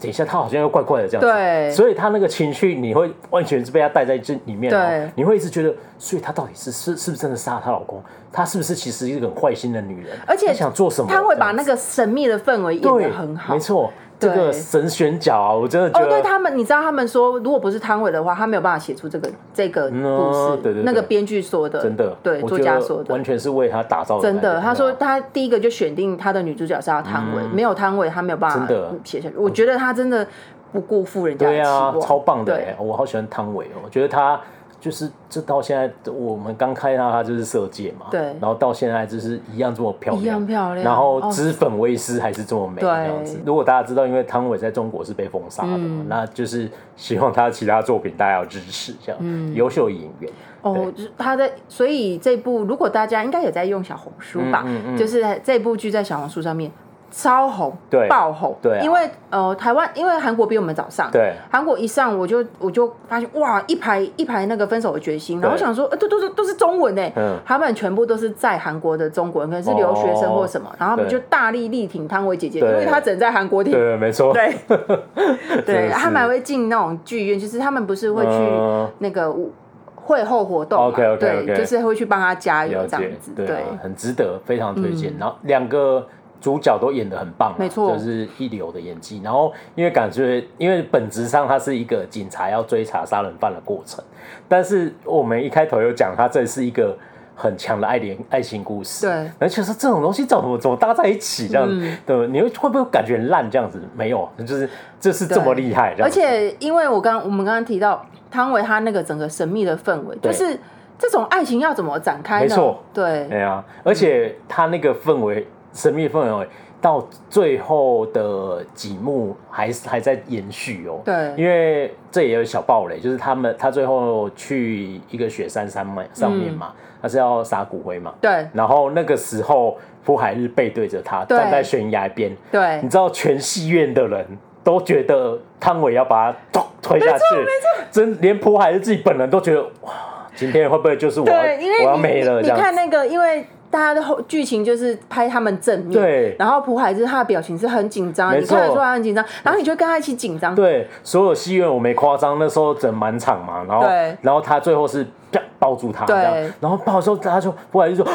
S2: 等一下，他好像又怪怪的这样子，
S1: 对
S2: 所以他那个情绪你会完全是被他带在这里面，
S1: 对，
S2: 你会一直觉得，所以他到底是是是不是真的杀了她老公？她是不是其实是一个很坏心的女人？
S1: 而且
S2: 她想做什么？
S1: 他会把那
S2: 个
S1: 个神秘的氛围演
S2: 对
S1: 得很好，
S2: 没错，这
S1: 对
S2: 个神选角啊，我真的觉
S1: 哦，
S2: 得、
S1: 对他们，你知道他们说，如果不是汤唯的话，他没有办法写出这个这个故事。
S2: 嗯对对对
S1: 那个编剧说的，
S2: 真的，
S1: 对
S2: 我
S1: 作
S2: 觉
S1: 家
S2: 得
S1: 说的
S2: 完，全是为她打造
S1: 真
S2: 的感
S1: 的。
S2: 觉
S1: 他说
S2: 你知道吗
S1: 他第一个就选定他的女主角是要汤唯，没有汤唯他没有办法
S2: 嗯真的
S1: 写下去。我觉得他真的不辜负人家的
S2: 对
S1: 期
S2: 啊
S1: 望，，
S2: 超棒的
S1: 对
S2: 哎，我好喜欢汤唯哦，我觉得她就是这到现在我们刚看到她就是色戒嘛，
S1: 对
S2: 然后到现在就是一样这么漂亮，
S1: 一样漂亮
S2: 然后
S1: 哦
S2: 脂粉微丝还是这么美
S1: 对
S2: 这样子。如果大家知道，因为汤唯在中国是被封杀的嘛，
S1: 嗯
S2: 那就是希望她其他作品大家要支持这样，
S1: 嗯
S2: 优秀演员，
S1: 哦，就是他在，所
S2: 嗯
S1: 以这部如果大家应该也在用小红书吧，就是这部剧在小红书上面超红，
S2: 对
S1: 爆红，
S2: 对啊
S1: 因为呃，台湾因为韩国比我们早上，
S2: 对，
S1: 韩国一上我就我就发现哇，一排一排那个分手的决心，然后我
S2: 对
S1: 想说，呃，都都是都是中文哎、
S2: 嗯
S1: 他们全部都是在韩国的中国人，可能是留学生或什么，然后他们
S2: 对
S1: 就大力力挺汤唯姐姐，因
S2: 哦对
S1: 为她整在韩国挺。
S2: 对，没
S1: *laughs*
S2: 错，
S1: 对
S2: *laughs*
S1: 对，
S2: 是
S1: 他们还会进那种剧院，就是他们不是会去
S2: 嗯
S1: 那个舞会后活动嘛
S2: OK，OK，OK
S1: 对，就是会去帮他加油
S2: 了
S1: 这
S2: 解
S1: 样子，，
S2: 对
S1: 对嗯
S2: 啊，很值得，非常推荐。然后两个主角都演的很棒啊，
S1: 没错
S2: 就是一流的演技。然后因为感觉，因为本质上它是一个警察要追查杀人犯的过程，但是我们一开头有讲，它这是一个。很强的爱恋爱情故事，
S1: 对，嗯
S2: 而且是这种东西怎么怎么搭在一起这样，对，你会会不会感觉很烂这样子？没有，啊就是就是这么
S1: 对
S2: 厉害这样
S1: 而
S2: 子，
S1: 且因为我刚我们刚刚提到汤唯她那个整个神秘的氛围，就
S2: 对
S1: 是这种爱情要怎么展开呢？
S2: 没错，
S1: 对，
S2: 对啊，而且他那个氛围，神秘氛围到最后的几幕还是还在延续哦。
S1: 对
S2: 因为这也有小暴雷，就是他们他最后去一个雪山山脉上面
S1: 嗯
S2: 嘛，他是要撒骨灰嘛。
S1: 对，
S2: 然后那个时候，朴海日背对着他，
S1: 对
S2: 站在悬崖边。
S1: 对
S2: 你，知道全戏院的人都觉得汤唯要把他咚推下去，没错，真连朴海日自己本人都觉得哇，今天会不会就是我要
S1: 对，因为
S2: 我要
S1: 你
S2: 没了
S1: 你
S2: 这
S1: 你
S2: 样子
S1: 看那个，因为大家的后剧情就是拍他们正面，
S2: 对
S1: 然后朴海日他的表情是很紧张，
S2: 没
S1: 你看得
S2: 错
S1: 出来很紧张，然后你就跟他一起紧张，
S2: 对，所有戏院我没夸张，那时候整满场嘛，然后
S1: 对
S2: 然后他最后是啪抱住他，这
S1: 对
S2: 样，然后抱的时候大家就忽然就说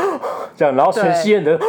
S2: 这样，然后全
S1: 对
S2: 戏院的人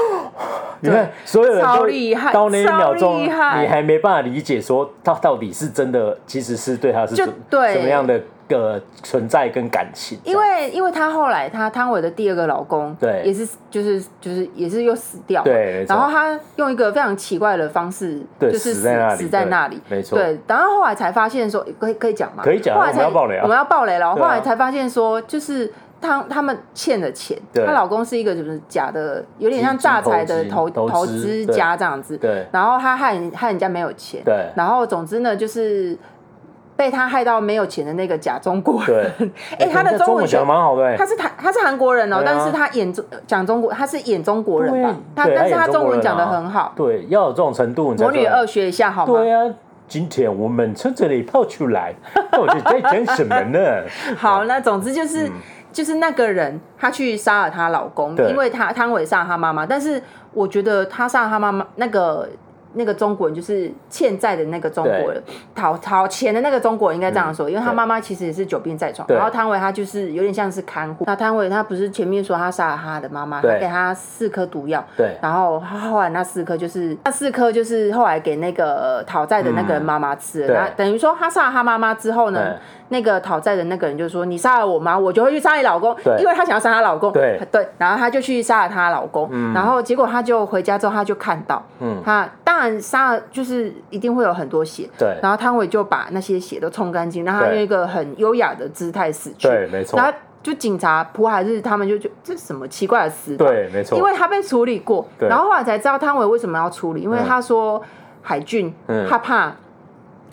S2: 你看所有人
S1: 超
S2: 都
S1: 厉害
S2: 到那一
S1: 超
S2: 秒钟
S1: 厉害
S2: 你还没办法理解说他到底是真的，其实是对他是
S1: 就
S2: 怎
S1: 对
S2: 什么样的呃存在跟感情，
S1: 因为因为她后来她汤唯的第二个老公，
S2: 对
S1: 也是就是就是也是又死掉了，
S2: 对没错
S1: 然后她用一个非常奇怪的方式，
S2: 对
S1: 就是
S2: 死在那里
S1: 死在
S2: 对
S1: 那里，
S2: 没错
S1: 对，然后后来才发现说，可以可以讲吗？
S2: 可以讲啊
S1: 后来才
S2: 我们要爆雷啊
S1: 我们要爆雷了。
S2: 对啊
S1: 后来才发现说，就是。她他们欠的钱，
S2: 对
S1: 她老公是一个就是假的，有点像
S2: 基金
S1: 诈财的
S2: 投
S1: 投
S2: 资投资
S1: 资
S2: 对
S1: 家这样子。
S2: 对
S1: 然后他害人害人家没有钱，
S2: 对
S1: 然后总之呢，就是被他害到没有钱的那个假中国
S2: 对
S1: 人， *laughs* 哎、他的
S2: 中
S1: 中文
S2: 文
S1: 学
S2: 讲得蛮好的、欸
S1: 他，是台，他是韩国人哦、
S2: 对啊
S1: 但是他演中讲中国，他是演中国人吧
S2: 对？啊
S1: 他
S2: 对
S1: 但是
S2: 他
S1: 他中
S2: 演中国人
S1: 文
S2: 啊
S1: 讲的很好。
S2: 对，要有这种程度，你才
S1: 魔女
S2: 知道
S1: 二学一下好吗？
S2: 对啊，今天我们从这里泡出来， *laughs* 到底在讲什么
S1: *laughs*
S2: 呢？
S1: 好，那总之就是、就是那个人，她去杀了她老公，
S2: 嗯对
S1: 因为她汤唯杀了她妈妈。但是我觉得她杀了她妈妈那个。那个中国人就是欠债的那个中国人，讨讨钱的那个中国人应该这样说，因为他
S2: 嗯对
S1: 妈妈其实也是久病在床，
S2: 对
S1: 然后汤唯她就是有点像是看护。那汤唯她不是前面说她杀了她的妈妈，她
S2: 对
S1: 给她四颗毒药，
S2: 对
S1: 然后她后来那四颗就是那四颗就是后来给那个讨债的那个人妈妈吃了，
S2: 嗯对
S1: 那等于说她杀了她妈妈之后呢
S2: 对，
S1: 那个讨债的那个人就说：“你杀了我妈，我就会去杀你老公。”
S2: 对
S1: 因为她想要杀她老公。
S2: 对嗯
S1: 然后她就去杀了她老公。然后结果她就回家之后，她就看到，嗯，她当然杀了就是一定会有很多血，
S2: 对
S1: 然后汤唯就把那些血都冲干净，让她
S2: 对
S1: 用一个很优雅的姿态死去。
S2: 对没错
S1: 然后就警察朴海日他们就觉得这什么奇怪的死法，
S2: 对，没错，
S1: 因为他被处理过，
S2: 对
S1: 然后后来才知道汤唯为什么要处理，因为他说海俊、
S2: 嗯
S1: 他怕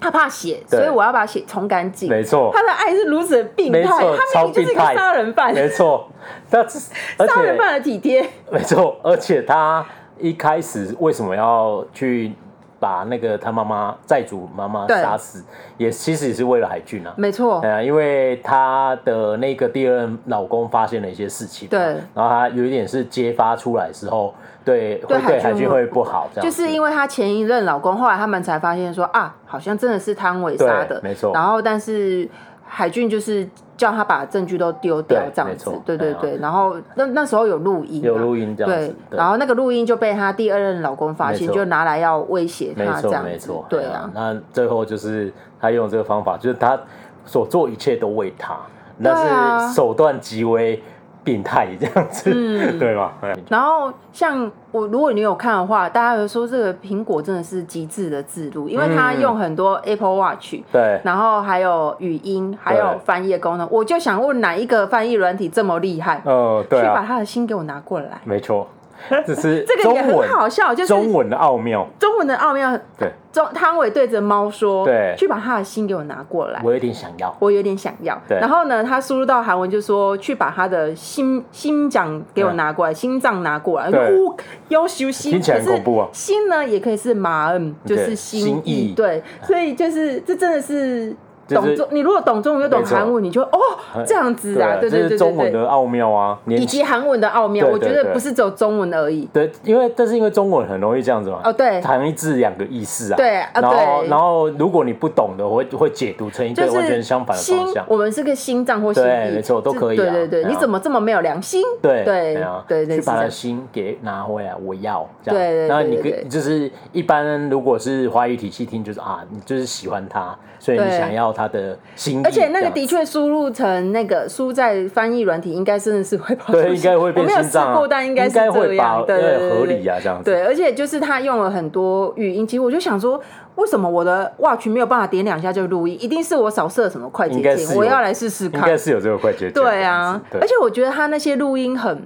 S1: 他怕血，
S2: 对
S1: 所以我要把血冲干净。
S2: 没错
S1: 他的爱是如此的病态，
S2: 没错
S1: 他明明就是一个
S2: 超病态
S1: 杀人犯，*laughs*
S2: 没错，但是而
S1: 杀人
S2: 且
S1: 犯的体贴。
S2: 没错，而且他一开始为什么要去把那个他妈妈债主妈妈
S1: 对嗯
S2: 杀死，也其实也是为了海俊啊。
S1: 没错，
S2: 呃，因为她的那个第二任老公发现了一些事情嘛，
S1: 对
S2: 然后她有一点是揭发出来之后，对，会对
S1: 海
S2: 海
S1: 军
S2: 军
S1: 会
S2: 会不好，这样
S1: 就是
S2: 子
S1: 因为她前一任老公，后来他们才发现说啊，好像真的是汤唯杀的，
S2: 对没错
S1: 然后但是海俊就是叫他把证据都丢掉
S2: 对
S1: 这样
S2: 没
S1: 子
S2: 错，
S1: 对对
S2: 嗯
S1: 对。然后那那时候有录音嘛，啊
S2: 有录音这样子
S1: 对，，
S2: 对
S1: 然后那个录音就被她第二任老公发
S2: 没
S1: 现，
S2: 错
S1: 就拿来要威胁
S2: 没
S1: 她这
S2: 错，
S1: 样
S2: 没
S1: 子
S2: 错，，
S1: 对
S2: 哎
S1: 啊
S2: 呀，那最后就是他用这个方法，就是他所做一切都为他，但
S1: 啊
S2: 是手段极为病态这样子，
S1: 嗯
S2: *laughs* 对吧？哎
S1: 然后像我，如果你有看的话，大家有说这个苹果真的是极致的自录，因为它用很多 Apple Watch，、
S2: 嗯对，
S1: 然后还有语音，还有翻译的功能。我就想问，哪一个翻译软体这么厉害？
S2: 呃，对
S1: 去把
S2: 啊，
S1: 他的心给我拿过来。
S2: 没错。只
S1: *laughs*
S2: 是
S1: 这个
S2: 中
S1: 也
S2: 文
S1: 很好笑，就是
S2: 中文的奥妙。
S1: 中文的奥妙。
S2: 对，
S1: 中汤唯对着猫说：“
S2: 对
S1: 去把他的心给我拿过来。”
S2: 我有点想要。
S1: 我有点想要。
S2: 对
S1: 然后呢，他输入到韩文就说去把他的心心脏给我拿过来，心脏拿过来。我哦
S2: 对
S1: 说呜，要休息。
S2: 听起来很
S1: 可是
S2: 恐怖啊
S1: 心呢也可以是马恩，就是
S2: 对
S1: 心
S2: 心
S1: 意。
S2: 意
S1: 对，所以就是这真的是。
S2: 就
S1: 懂
S2: 是
S1: 中，你如果懂中文又懂
S2: 没错哎
S1: 韩文，你就哦这样子啊，对
S2: 这
S1: 对
S2: 是
S1: 对
S2: 中文
S1: 对对，
S2: 的奥妙啊，
S1: 以
S2: 连
S1: 及韩文的奥妙，
S2: 对
S1: 我觉
S2: 对
S1: 得
S2: 对
S1: 不是只有中文而已。
S2: 对，因为但是因为中文很容易这样子嘛，
S1: 哦，对，
S2: 很容易治两个意思啊。
S1: 对啊
S2: 然后
S1: 对
S2: 然后如果你不懂的，我会会解读成一个
S1: 就
S2: 完全
S1: 是
S2: 相反的
S1: 心
S2: 方，向。
S1: 我们是个心脏或心
S2: 对
S1: 意，
S2: 没错都
S1: 这
S2: 可以啊
S1: 对对对，
S2: 对啊
S1: 你怎么这么没有良心？
S2: 对
S1: 对
S2: 啊
S1: 对对
S2: 去
S1: 是这
S2: 把他
S1: 样
S2: 的心给拿回来，我要这
S1: 对对
S2: 样。然后你
S1: 对对
S2: 跟
S1: 对
S2: 就是一般如果是华语体系听，就是啊，你就是喜欢他，所以你
S1: 对
S2: 想要他的心意。
S1: 而且那
S2: 这
S1: 个
S2: 样
S1: 的确输入成那个输在翻译软体，应该真的是会跑出
S2: 对
S1: 去
S2: 应该会变
S1: 我没有
S2: 心脏啊
S1: 试过，但应该是
S2: 应该会
S1: 这样，
S2: 吧
S1: 对对对
S2: 对合
S1: 对
S2: 理啊这样子
S1: 对，而且就是他用了很多语音，其实我就想说，为什么我的 watch 没有办法点两下就录音？一定是我扫射什么快捷
S2: 应该是
S1: 键，
S2: 有
S1: 我要来试试
S2: 应该
S1: 看。
S2: 是有这个快捷键。
S1: 对啊，
S2: 这样子
S1: 而
S2: 对
S1: 且我觉得他那些录音很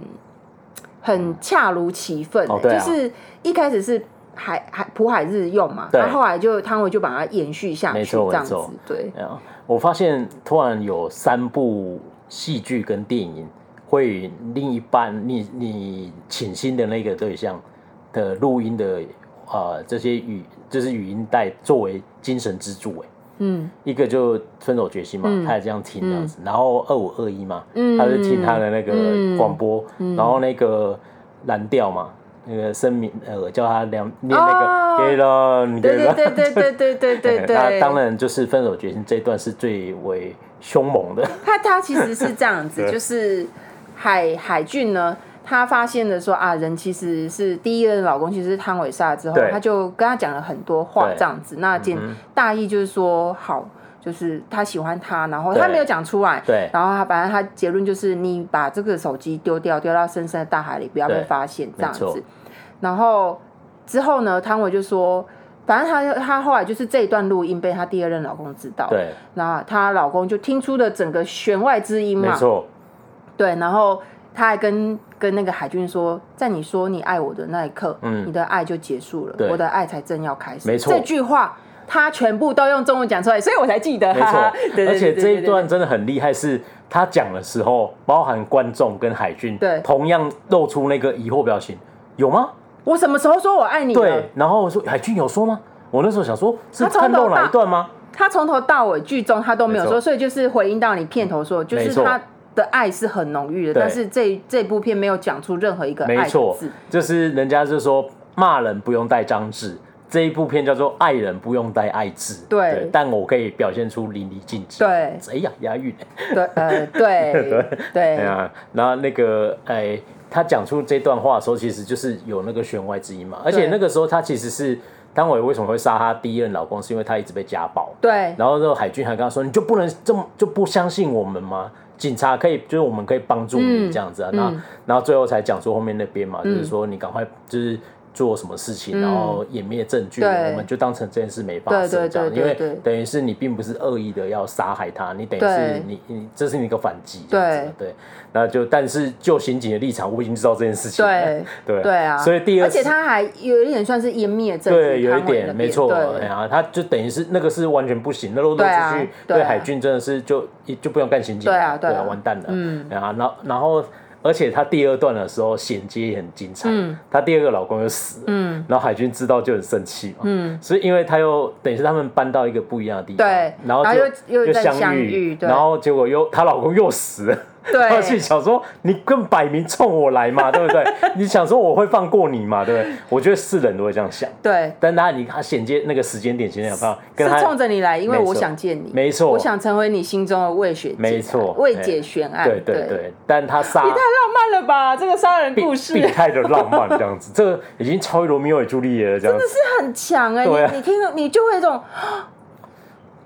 S1: 很恰如其分、
S2: 哦对啊
S1: 就是一开始是。海海普海日用嘛，
S2: 对
S1: 然后后来就汤唯就把它延续下
S2: 没
S1: 去，
S2: 错
S1: 这样
S2: 没
S1: 子
S2: 错，
S1: 对，
S2: 对啊我发现突然有三部戏剧跟电影会与另一半你你倾心的那个对象的录音的呃这些语就是语音带作为精神支柱哎。
S1: 嗯，
S2: 一个就分手决心嘛，
S1: 嗯
S2: 他也这样听这样子，然后二五二一嘛，
S1: 嗯
S2: 他就听他的那
S1: 嗯
S2: 个广播，然后那个蓝调嘛，那个声明呃叫他两念那
S1: 哦
S2: 个 get on
S1: 对
S2: get
S1: 对
S2: on，
S1: 对对对对对对对，
S2: *laughs* 那当然就是分手决心这一段是最为凶
S1: *laughs*
S2: 猛的，
S1: 他他其实是这样子，
S2: *laughs* 对
S1: 就是海海俊呢，他发现了说啊，人其实是第一任老公，其实是汤伟莎之后
S2: 对，
S1: 他就跟他讲了很多话
S2: 对嗯
S1: 这样子。那简大意就是说好。就是他喜欢他，然后他
S2: 对
S1: 没有讲出来，
S2: 对
S1: 然后他反正他结论就是你把这个手机丢掉，丢到深深的大海里，不要被
S2: 对
S1: 发现这样
S2: 没错
S1: 子。然后之后呢，汤唯就说，反正他他后来就是这一段录音被他第二任老公知道，
S2: 对，
S1: 那她老公就听出了整个弦外之音
S2: 没
S1: 嘛， *laughs*
S2: 错，
S1: 对，然后她还跟跟那个海军说，在你说你爱我的那一刻，
S2: 嗯
S1: 你的爱就结束了，
S2: 对
S1: 我的爱才正要开始，
S2: 没错
S1: 这句话她全部都用中文讲出来，所以我才记得，
S2: 没
S1: 哈
S2: 错
S1: 哈，对对对
S2: 而且
S1: 对
S2: 这
S1: 对
S2: 一
S1: 对
S2: 段真的很厉害，是他讲的时候，包含观众跟海军，
S1: 对
S2: 同样露出那个疑惑表情，有吗？
S1: 我什么时候说我爱你啊了
S2: 对？，然后我说海军有说吗？我那时候想说，是
S1: 他从
S2: 看
S1: 头
S2: 到哪
S1: 到
S2: 一段吗？
S1: 她从头到尾剧中她都没有
S2: 没
S1: 说，
S2: 错嗯
S1: 所以就是回应到你片头说，就
S2: 没
S1: 是
S2: 错
S1: 她的爱是很浓郁的，
S2: 对
S1: 但是这这部片没有讲出任何一个
S2: 没
S1: 爱的
S2: 错
S1: 字。，
S2: 就是人家就说骂人不用带脏字，这一部片叫做《爱人不用带爱字》，
S1: 对
S2: 但我可以表现出淋漓尽致。
S1: 对
S2: 哎呀，押韵欸
S1: 对，呃，
S2: *laughs*
S1: 对对
S2: 哎呀，然后那个哎，他讲出这段话的时候，其实就是有那个弦外之音嘛。而且那个时候，他其实是汤唯为什么会杀她第一任老公，是因为她一直被家暴。
S1: 对，
S2: 然后之后海军还跟他说：“你就不能这么就不相信我们吗？警察可以，就是我们可以帮助你
S1: 嗯
S2: 这样子啊。那然后最后才讲出后面那边嘛，就是说你赶快就是做什么事情，然后湮灭证
S1: 嗯
S2: 据，
S1: 对
S2: 我们就当成这件事没发
S1: 对对
S2: 生这样。
S1: 对
S2: 因为
S1: 对对
S2: 等于是你并不是恶意的要杀害他，你等于
S1: 对
S2: 是你你这是你一个反击这样子啊。对，那就但是就刑警的立场，我已经知道这件事情了。
S1: 对
S2: *laughs* 对
S1: 对啊，
S2: 所以第二
S1: 而且
S2: 次
S1: 他还有一点算是湮灭证据，
S2: 对，有一
S1: 摊位那
S2: 点
S1: 边
S2: 没错，哎
S1: 对
S2: 呀，他就等于是那个是完全不行，那如果
S1: 对
S2: 露
S1: 啊
S2: 出去，
S1: 对啊
S2: 对海军真的是就就不用干刑警了，
S1: 对啊对
S2: 对
S1: 啊
S2: 啊，完蛋了，嗯，啊，然后然后而且他第二段的时候衔接也很精彩，嗯，他第二个老公又死了，嗯，然后海军知道就很生气嘛，嗯，所以因为他又等于是他们搬到一个不一样的地方，
S1: 对
S2: 然后
S1: 然后又又
S2: 又
S1: 在相
S2: 相
S1: 遇对
S2: 然后结果又她老公又死了。 *laughs* 他去
S1: 对
S2: 想说你更摆明冲我来嘛，对不 *laughs* 对？你想说我会放过你嘛，对不对？我觉得是人都会这样想。
S1: 对，
S2: 但他你他衔接那个时间点衔接很棒，跟
S1: 是
S2: 他
S1: 冲着你来，因为
S2: 没错
S1: 我想见你，
S2: 没错
S1: 我想成为你心中的未雪，
S2: 没错
S1: 未解悬案，
S2: 对对
S1: 对
S2: 对，，但他杀
S1: 也太浪漫了吧，这个杀人
S2: 病
S1: 故事
S2: 病态的浪漫这样子，这个已经超越罗密欧与朱丽叶了这样
S1: 真的
S2: 子。
S1: 是很强哎，
S2: 对啊
S1: 你你听你就会有一种。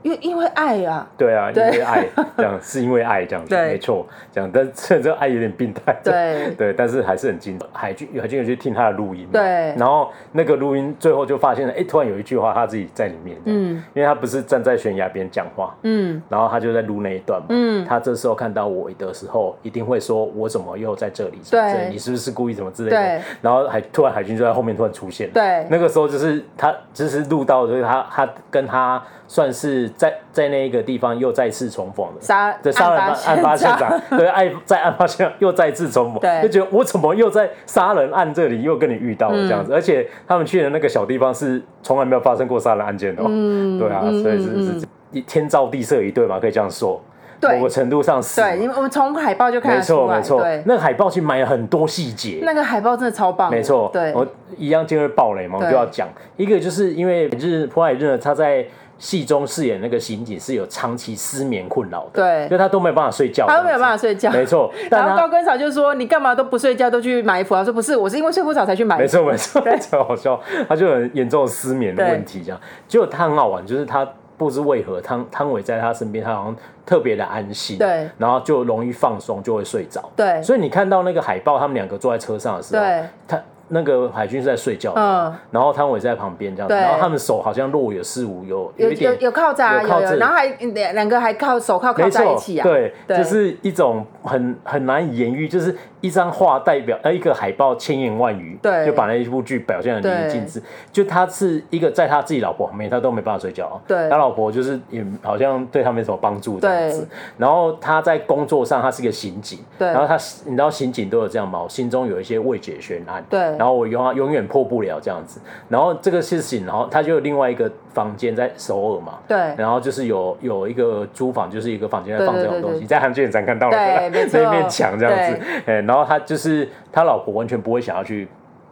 S1: 因为 *gasps* 因为爱啊，
S2: 对啊，因
S1: 对
S2: 为爱这样是因为爱这样子，
S1: 对
S2: 没错，这样，但这这爱有点病态，
S1: 对
S2: *laughs* 对，但是还是很精彩。海军海军有去听他的录音嘛，
S1: 对
S2: 然后那个录音最后就发现了，哎，突然有一句话他自己在里面，嗯，因为他不是站在悬崖边讲话，
S1: 嗯，
S2: 然后他就在录那一段嘛，嗯，他这时候看到我的时候，一定会说，我怎么又在这里？
S1: 对
S2: 这你是不是故意什么之类的
S1: 对？
S2: 然后海突然海军就在后面突然出现了，
S1: 对
S2: 那个时候就是他，就是录到，就是他他跟他算是在在那一个地方又再次重逢了。
S1: 杀
S2: 对，杀人案案发现
S1: 案
S2: 场， *laughs* 对，案在案发现场又再次重逢，
S1: 对
S2: 就觉得我怎么又在杀人案这里又跟你遇到了这
S1: 嗯
S2: 样子，而且他们去的那个小地方是从来没有发生过杀人案件的、哦，嗯，对啊，所以是是天造地设一对嘛，可以这样说，
S1: 对
S2: 某个程度上是，
S1: 对，因为我们从海报就看
S2: 没
S1: 得出
S2: 错
S1: 来，
S2: 没错
S1: 对，，
S2: 那个海报其实埋了很多细节，
S1: 那个海报真的超棒的，
S2: 没错，
S1: 哦对，
S2: 我一样进入暴雷嘛，我
S1: 对
S2: 就要讲一个，就是因为日朴海日呢，他在戏中饰演那个刑警是有长期失眠困扰的，
S1: 对
S2: 就他都没有办法睡觉，
S1: 他都没有办法
S2: 法
S1: 睡觉，
S2: 没。错，但
S1: *laughs* 然后高
S2: 他。
S1: 跟草就说：“你干嘛都不睡觉，都去埋伏啊？”他说：“不是，我是因为睡不着才去埋
S2: 没
S1: 伏。
S2: 错没错，超好笑，他就很严重的失眠的
S1: 对
S2: 问题，这样。结果他很好玩，就是他不知为何汤汤唯在他身边，他好像特别的安心，
S1: 对
S2: 然后就容易放松，就会睡着。
S1: 对
S2: 所以你看到那个海报，他们两个坐在车上的时候
S1: 对，
S2: 他那个海军是在睡觉的，
S1: 嗯
S2: 然后汤唯在旁边这样子，
S1: 对
S2: 然后他们手好像若有似无，有
S1: 有
S2: 一
S1: 有
S2: 点
S1: 有靠着啊，
S2: 有靠
S1: 有有，
S2: 着
S1: 然后还两两个还靠手铐
S2: 没
S1: 铐在一
S2: 错
S1: 起，啊，
S2: 对，
S1: 对
S2: 就是一种很很难以言喻，就是一张画代表呃一个海报千言万语，
S1: 对
S2: 就把那一部剧表现的淋漓尽致。就他是一个在他自己老婆旁边，他都没办法睡觉哦，
S1: 对
S2: 他老婆就是也好像对他没什么帮助这样子
S1: 对。
S2: 然后他在工作上，他是个刑警，
S1: 对
S2: 然后他你知道刑警都有这样嘛，我心中有一些未解悬案，
S1: 对
S2: 然后我永永远破不了这样子。然后这个事情，然后他就有另外一个房间在首尔嘛，
S1: 对
S2: 然后就是有有一个租房，就是一个房间在放这种
S1: 对对对
S2: 东西，
S1: 对
S2: 在韩剧很常看到的， *laughs*
S1: 对没错
S2: 那一面墙这样子，哎，然后他就是他老婆完全不会想要去，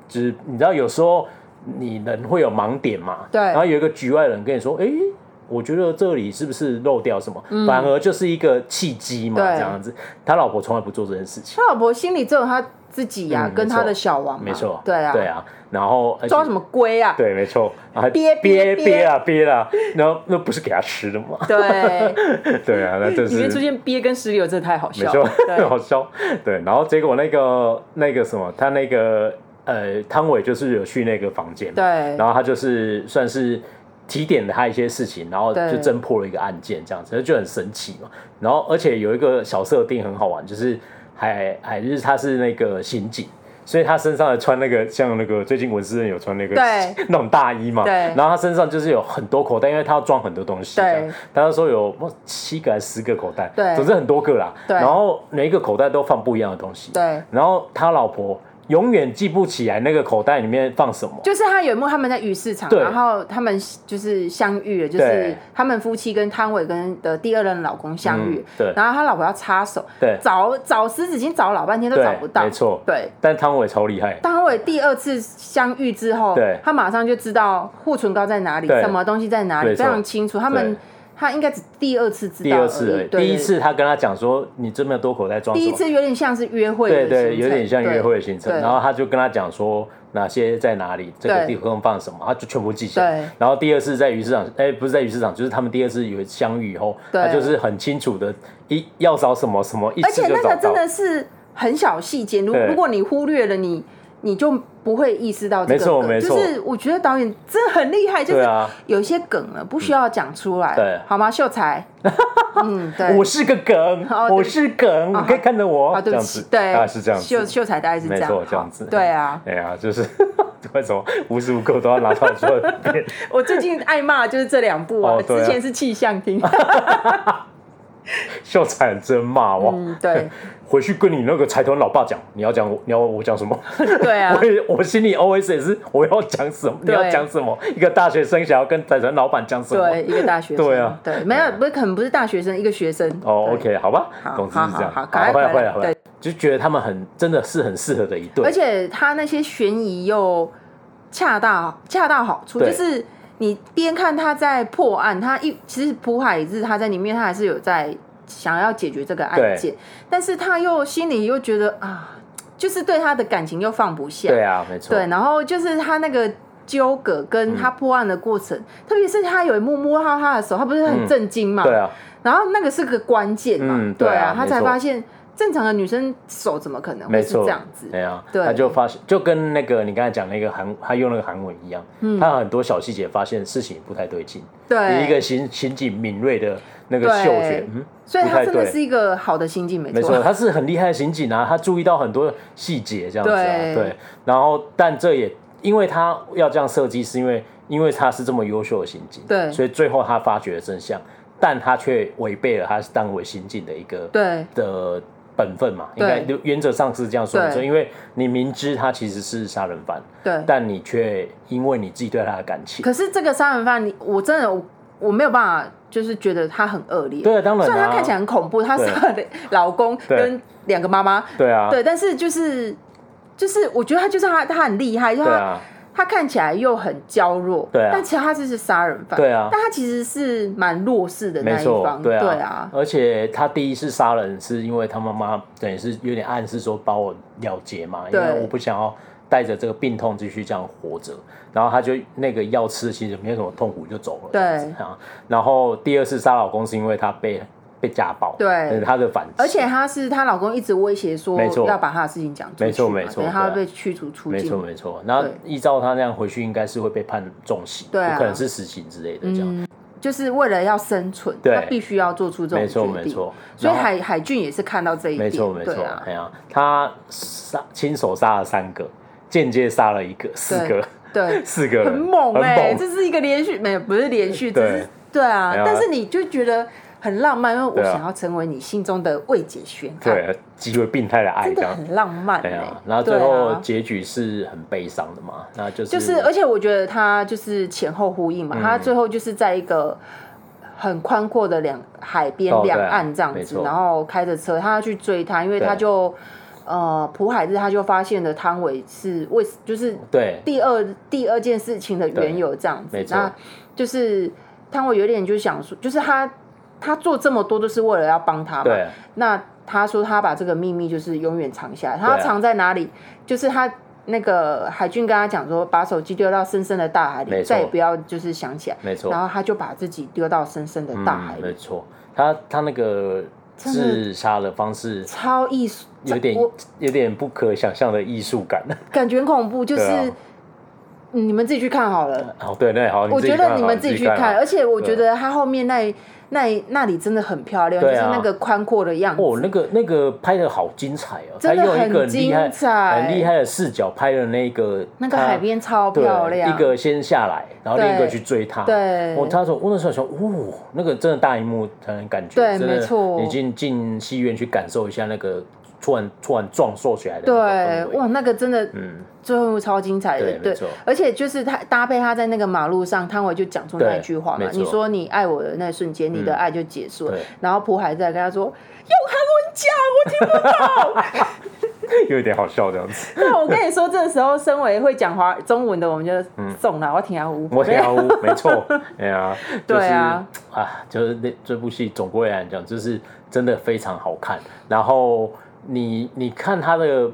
S2: 就是你知道有时候你人会有盲点嘛，
S1: 对
S2: 然后有一个局外人跟你说，哎。我觉得这里是不是漏掉什么？反而就是一个契机嘛，
S1: 嗯对
S2: 这样子。他老婆从来不做这件事
S1: *laughs*
S2: 情，
S1: 他老婆心里只有他自己呀、
S2: 嗯
S1: 跟他
S2: 没错
S1: 的小王嘛，
S2: 没错。
S1: 对啊，
S2: 对，啊。然后而且
S1: 抓什么龟啊？
S2: 对，没错，然后
S1: 憋
S2: 憋
S1: 憋
S2: 憋啊憋啊，然后那不是给他吃的吗？ *laughs*
S1: 对，
S2: 对啊，那就
S1: 里面出
S2: 是
S1: 现鳖跟石榴，真的太好
S2: 没
S1: 笑
S2: 错
S1: 了。，
S2: 很
S1: 对
S2: *laughs* 好笑。对，然后结果那个那个什么，他那个呃汤唯就是有去那个房间嘛，
S1: 对
S2: 然后他就是算是提点了他一些事情，然后
S1: 对
S2: 就侦破了一个案件，这样子就很神奇嘛。然后而且有一个小设定很好玩，就是海海日他是那个刑警。所以他身上还穿那个像那个最近文思人有穿那个
S1: 对
S2: *laughs* 那种大衣嘛，
S1: 对
S2: 然后他身上就是有很多口袋，因为他要装很多东西，
S1: 对
S2: 这样他就说有哇七个还是十个口袋，
S1: 对
S2: 总之很多个啦，
S1: 对
S2: 然后每一个口袋都放不一样的东 *laughs* 西，
S1: 对
S2: 然后他老婆永远记不起来那个口袋里面放什么，
S1: 就是他有一幕他们在鱼市场，
S2: 对
S1: 然后他们就是相遇了，就
S2: 对
S1: 是他们夫妻跟汤唯跟的第二任老公相遇，
S2: 嗯对
S1: 然后他老婆要插手，
S2: 对
S1: 找找湿纸巾找老半天都
S2: 对
S1: 找不到，
S2: 没错
S1: 对。
S2: 但汤唯超厉害，
S1: 汤唯第二次相遇之后
S2: 对，
S1: 他马上就知道护唇膏在哪里，
S2: 对
S1: 什么东西在哪
S2: 没
S1: 里，
S2: 错
S1: 非常清楚。他们
S2: 对
S1: 他应该只第二次知道，
S2: 第二次而已，
S1: 对
S2: 第一，次他跟他讲说你这么多口袋装
S1: 对
S2: 什
S1: 第一
S2: 么？
S1: 次有点像是约会的
S2: 对
S1: 行程，
S2: 对，有点像约会的行程。
S1: 对
S2: 然后他就跟他讲说哪些在哪里，这个
S1: 对
S2: 地方放什么，他就全部记下来
S1: 对。
S2: 然后第二次在鱼市场，哎，不是在鱼市场，就是他们第二次有相遇以后，
S1: 对
S2: 他就是很清楚的一要找什么什么，一
S1: 而
S2: 次
S1: 且
S2: 就
S1: 那
S2: 找
S1: 个真
S2: 到。
S1: 的是很小细节，如
S2: 对
S1: 如果你忽略了你，你就不会意识到这
S2: 没
S1: 个
S2: 错
S1: 梗。
S2: 没错
S1: 就是我觉得导演真的很厉害，就
S2: 对
S1: 是
S2: 啊
S1: 有一些梗了不需要讲出来，
S2: 对
S1: 好吗？秀
S2: *laughs*
S1: 才，嗯，对
S2: 我，是个梗，
S1: 哦对
S2: 我是梗，你可以看着我，
S1: 啊，
S2: 这
S1: 对
S2: 样
S1: 不
S2: 子
S1: 起，，对，
S2: 大概是这样
S1: 秀
S2: 子。
S1: 秀才大概是这
S2: 没
S1: 样，
S2: 错
S1: 好
S2: 这样子
S1: 对啊。
S2: 哎呀，就是 *laughs* 为什么无时无刻都要拿出来说一遍？
S1: 我最近爱骂的就是这两部啊，
S2: 哦对啊哦
S1: 之前是气象厅，
S2: 秀才很真骂哇！
S1: 嗯，对，
S2: 回去跟你那个财团老爸讲，你要讲我，你要我讲什么？
S1: 对啊
S2: *laughs* 我，也我心里 always 也是我要讲什么，你
S1: 对
S2: 要讲什么？一个大学生想要跟财团老板讲什么？
S1: 对，一个大学生，
S2: 对啊
S1: 对，没有，不是，可能不是大学生，一个学生。
S2: 哦
S1: 对
S2: ，OK，好吧，
S1: 好
S2: 总之是这样，
S1: 好好好赶快
S2: 回
S1: 回
S2: 来
S1: 来
S2: 回来
S1: 对，
S2: 就觉得他们很真的是很适合的一对，
S1: 而且他那些悬疑又恰到恰到好处，
S2: 对
S1: 就是你边看他在破案，他一其实朴海日他在里面，他还是有在想要解决这个案件，但是他又心里又觉得啊，就是对他的感情又放不下，
S2: 对啊，没错，嗯
S1: 对，然后就是他那个纠葛跟他破案的过程，特别是他有一幕摸到他的手，他不是很震惊嘛？
S2: 对啊，
S1: 然后那个是个关键嘛，
S2: 嗯
S1: 对
S2: 对啊
S1: 他
S2: 没
S1: 才
S2: 错
S1: 发现正常的女生手怎么可能
S2: 没
S1: 会是
S2: 错，
S1: 这样子？
S2: 对啊，
S1: 对
S2: 他就发现就跟那个你刚才讲那个韩，他用那个韩文一样，他很多小细节发现事情不太对劲，
S1: 嗯对，
S2: 以一个刑刑警敏锐的那个
S1: 对
S2: 嗅觉，嗯，
S1: 所以
S2: 不
S1: 他
S2: 太
S1: 真的
S2: 对。
S1: 是一个好的心境，没
S2: 没错，他是很厉害的刑警啊，他注意到很多细节这样子啊，
S1: 对
S2: 对。然后，但这也因为他要这样设计，是因为因为他是这么优秀的刑警，
S1: 对
S2: 所以最后他发掘了真相，但他却违背了他当为刑警的一个
S1: 对
S2: 的本分嘛，应
S1: 对
S2: 该就原则上是这样说的，
S1: 对
S2: 所以因为你明知他其实是杀人犯，
S1: 对。
S2: 但你却因为你自己对他的感情，
S1: 可是这个杀人犯，你我真的我我没有办法，就是觉得他很恶劣。
S2: 对啊，当然、啊，
S1: 虽然他看起来很恐怖，他
S2: 对
S1: 杀了老公
S2: 对
S1: 跟两个妈妈，
S2: 对啊，
S1: 对，但是就是就是，我觉得他就是他，他很厉害，就
S2: 对
S1: 是他、
S2: 啊，
S1: 他看起来又很娇弱，
S2: 对啊
S1: 但其实他就是杀人犯，
S2: 对啊
S1: 但他其实是蛮弱势的
S2: 没
S1: 那一
S2: 错
S1: 方，，
S2: 对啊，
S1: 对，
S2: 而且他第一次杀人是因为他妈妈等于是有点暗示说把我了结嘛，因
S1: 对
S2: 为我不想要带着这个病痛继续这样活着，然后他就那个药吃的其实没有什么痛苦就走了，
S1: 对
S2: 这样子啊，然后第二次杀老公是因为他被被家暴，
S1: 对
S2: 呃他的反击，
S1: 而且她是她老公一直威胁说
S2: 没错
S1: 要把她的事情讲出去嘛，
S2: 没错没错
S1: 等于她
S2: 对啊
S1: 会被驱逐出
S2: 没错
S1: 境。
S2: 没错，那
S1: 对
S2: 依照他那样回去，应该是会被判重刑，
S1: 对啊
S2: 有可能是死刑之类的这样。
S1: 就是为了要生存，
S2: 对
S1: 她必须要做出这
S2: 没
S1: 种决
S2: 错
S1: 定。
S2: 没错，
S1: 所以
S2: 然后
S1: 海海俊也是看到这一点，
S2: 没错没错
S1: 对，啊
S2: 哎，呀，他杀亲手杀了三个，间接杀了一个，四
S1: *laughs*
S2: 个，
S1: 对，
S2: 四个人
S1: 很猛哎、
S2: 很
S1: 这
S2: 猛，
S1: 是一个连续，没有不是连续，只
S2: 对
S1: 是对啊
S2: 没有啊，
S1: 但是你就觉得很浪漫，因为我
S2: 对啊
S1: 想要成为你心中的未解悬案，
S2: 对，极为病态的爱
S1: 真
S2: 这
S1: 的
S2: 样。
S1: 很浪漫
S2: 哎
S1: 哎、
S2: 呀，然后最后
S1: 对啊
S2: 结局是很悲伤的嘛，那就是
S1: 就是，而且我觉得他就是前后呼应嘛，
S2: 嗯
S1: 他最后就是在一个很宽阔的两海边
S2: 哦对啊
S1: 两岸这样
S2: 没
S1: 子
S2: 错，
S1: 然后开着车，他要去追他，因为
S2: 对
S1: 他就呃朴海日他就发现了汤唯是为就是
S2: 对
S1: 第二第二件事情的缘由这样子
S2: 对没，错
S1: 那就是汤唯有点就想说，就是他他做这么多都是为了要帮他嘛，
S2: 对
S1: 那他说他把这个秘密就是永远藏下来，
S2: 啊
S1: 他藏在哪里？就是他那个海军跟他讲说，把手机丢到深深的大海
S2: 没
S1: 里，
S2: 错
S1: 再也不要就是想起来。
S2: 没错
S1: 然，后他就把自己丢到深深的大海
S2: 嗯，没
S1: 里，
S2: 错，他他那个
S1: 真的
S2: 自杀的方式
S1: 超艺术，
S2: 有点
S1: 我
S2: 有点不可想象的艺术感。
S1: 感觉很恐怖，就是、
S2: 对啊
S1: 嗯你们自己去看好了。
S2: 哦，对，那好，
S1: 我
S2: 自己
S1: 觉
S2: 看
S1: 得
S2: 好
S1: 你们自己去
S2: 好
S1: 看，而且我觉得它后面那那那里真的很漂亮，就
S2: 对啊
S1: 是那个宽阔的样子。
S2: 哦，那个那个拍的好精彩哦，他
S1: 真的
S2: 用一个很厉害、
S1: 很精彩
S2: 很厉害的视角拍的那个
S1: 那个
S2: 他
S1: 海边超
S2: 对
S1: 漂亮，
S2: 一个先下来，然后另一个
S1: 对
S2: 去追他。
S1: 对
S2: 哦，他说我那时候想，哦，那个真的大荧幕才能感觉，
S1: 对
S2: 真的
S1: 没错
S2: 你进进戏院去感受一下那个突然突然壮硕起来的那
S1: 对
S2: 个氛围
S1: 哇，那个真的
S2: 嗯，
S1: 最后一幕超精彩的
S2: 对，没
S1: 对
S2: 错，
S1: 而且就是他搭配他在那个马路上，汤唯就讲出那
S2: 对
S1: 一句话嘛
S2: 没，错嗯
S1: 你说你爱我的那瞬间，你的爱就结束了
S2: 对。
S1: 然后朴海在跟他说用韩文讲，我听
S2: 有一点好笑这样子。
S1: 不懂。我跟你说，这时候身为会讲华 *laughs* 中文的，我们就送了，我挺爱无
S2: 嗯我
S1: 辜。
S2: 要
S1: *laughs*
S2: 没错，哎呀，就是
S1: 啊对啊，
S2: 啊，就是那这部戏总归来讲，就是真的非常好看。然后你你看它的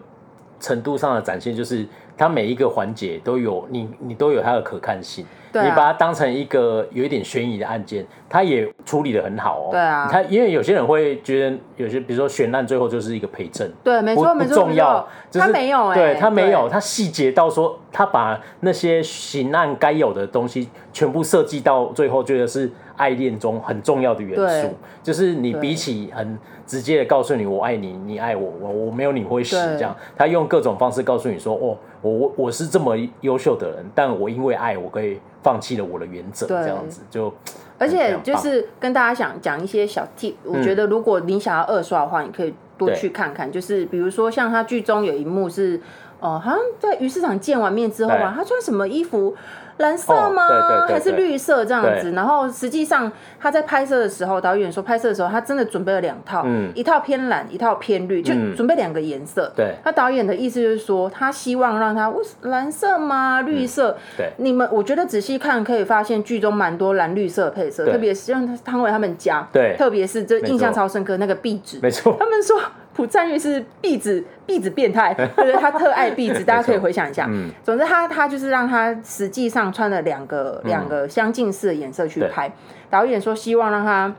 S2: 程度上的展现，就是它每一个环节都有你你都有它的可看性。
S1: 对啊
S2: 你把它当成一个有一点悬疑的案件，它也处理的很好哦。
S1: 对啊
S2: 它因为有些人会觉得有些，比如说悬案最后就是一个陪证，
S1: 对，没
S2: 不
S1: 错，
S2: 不
S1: 没错，
S2: 重
S1: 没
S2: 要
S1: 错，，
S2: 就是
S1: 他没有哎，
S2: 对他没有，他细节到说他把那些刑案该有的东西全部设计到最后，觉得是爱恋中很重要的元素
S1: 对，
S2: 就是你
S1: 对
S2: 比起很直接的告诉你我爱你，你爱我，我我没有你会死
S1: 对
S2: 这样，他用各种方式告诉你说，哦，我我我是这么优秀的人，但我因为爱，我可以放弃了我的原则，
S1: 对
S2: 这样子就，
S1: 而且
S2: 很
S1: 就
S2: 棒嗯
S1: 是跟大家想讲一些小 tip，、我觉得如果你想要二刷的话，你可以多
S2: 对
S1: 去看看。就是比如说像他剧中有一幕是，哦、好像在鱼市场见完面之后吧
S2: 对，
S1: 他穿什么衣服？蓝色
S2: 哦
S1: 吗？
S2: 对对对对
S1: 还是绿色这样
S2: 对
S1: 子？然后实际上他在拍摄的时候，导演说拍摄的时候他真的准备了两套，
S2: 嗯
S1: 一套偏蓝，一套偏绿，就
S2: 嗯
S1: 准备两个颜色。
S2: 对
S1: 那导演的意思就是说，他希望让他为什蓝色吗？绿色？
S2: 对
S1: 你们我觉得仔细看可以发现剧中蛮多蓝绿色的配色，
S2: 对
S1: 特别是像汤唯他们家，
S2: 对
S1: 特别是这
S2: 没错
S1: 印象超深刻那个壁纸，
S2: 没错 *laughs*
S1: 他，们说朴赞玉是壁纸壁纸变态，就是他特爱壁纸，大家可以回想一下。
S2: 嗯
S1: 总之他他就是让他实际上穿了两个两个相近似的颜色去
S2: 嗯对
S1: 拍，导演说希望让他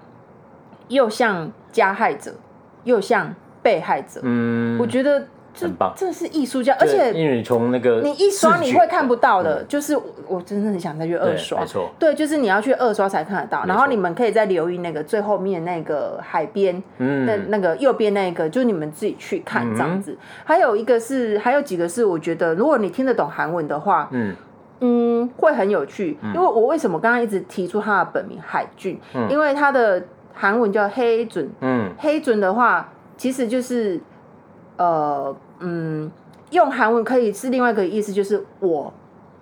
S1: 又像加害者，又像被害者。
S2: 嗯，
S1: 我觉得这
S2: 很棒
S1: 这是艺术家，而且
S2: 对因为你从那个
S1: 你一刷
S2: 视
S1: 你
S2: 觉嗯
S1: 会看不到的，就是我我真的很想再去二
S2: 对
S1: 刷
S2: 没。错，
S1: 对，就是你要去二刷才看得到，然后
S2: 错
S1: 你们可以再留意那个最后面那个海边，那
S2: 嗯，
S1: 那个右边那个，就是你们自己去看这样子。还有一个是，还有几个是，我觉得如果你听得懂韩文的话，
S2: 嗯，
S1: 嗯，会很有趣。因为我为什么刚刚一直提出他的本名海俊，因为他的韩文叫黑准，
S2: 嗯，
S1: 黑准的话其实就是呃嗯，用韩文可以是另外一个意思，就是我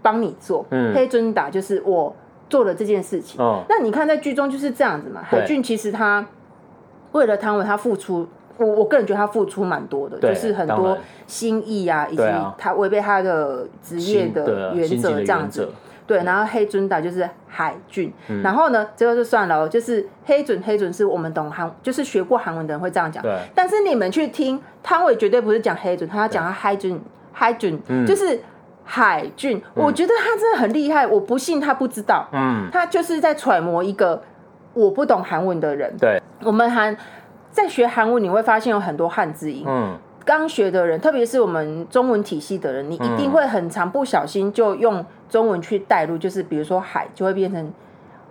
S1: 帮你做。
S2: 嗯
S1: 黑准打就是我做了这件事情。
S2: 哦，
S1: 那你看在剧中就是这样子嘛，
S2: 对
S1: 海俊其实他为了汤唯，他付出，我我个人觉得他付出蛮多的，
S2: 对
S1: 就是很
S2: 当
S1: 多
S2: 然
S1: 心意啊，以及
S2: 对啊
S1: 他违背他的职业
S2: 新啊
S1: 的原
S2: 新
S1: 则
S2: 级的
S1: 这样
S2: 原
S1: 子
S2: 则。
S1: 对，然后黑准打就是海俊，
S2: 嗯
S1: 然后呢，这个就算了哦，就是黑准黑准是我们懂韩，就是学过韩文的人会这样讲，
S2: 对，
S1: 但是你们去听汤唯绝对不是讲黑准，他讲他海俊海俊，
S2: 嗯
S1: 就是海俊，我觉得他真的很厉害，我不信他不知道，
S2: 嗯，
S1: 他就是在揣摩一个我不懂韩文的人。
S2: 对，
S1: 我们韩在学韩文，你会发现有很多汉字音。
S2: 嗯，
S1: 刚学的人，特别是我们中文体系的人，你一定会很常不小心就用中文去带入，就是比如说海就会变
S2: 嗯
S1: 成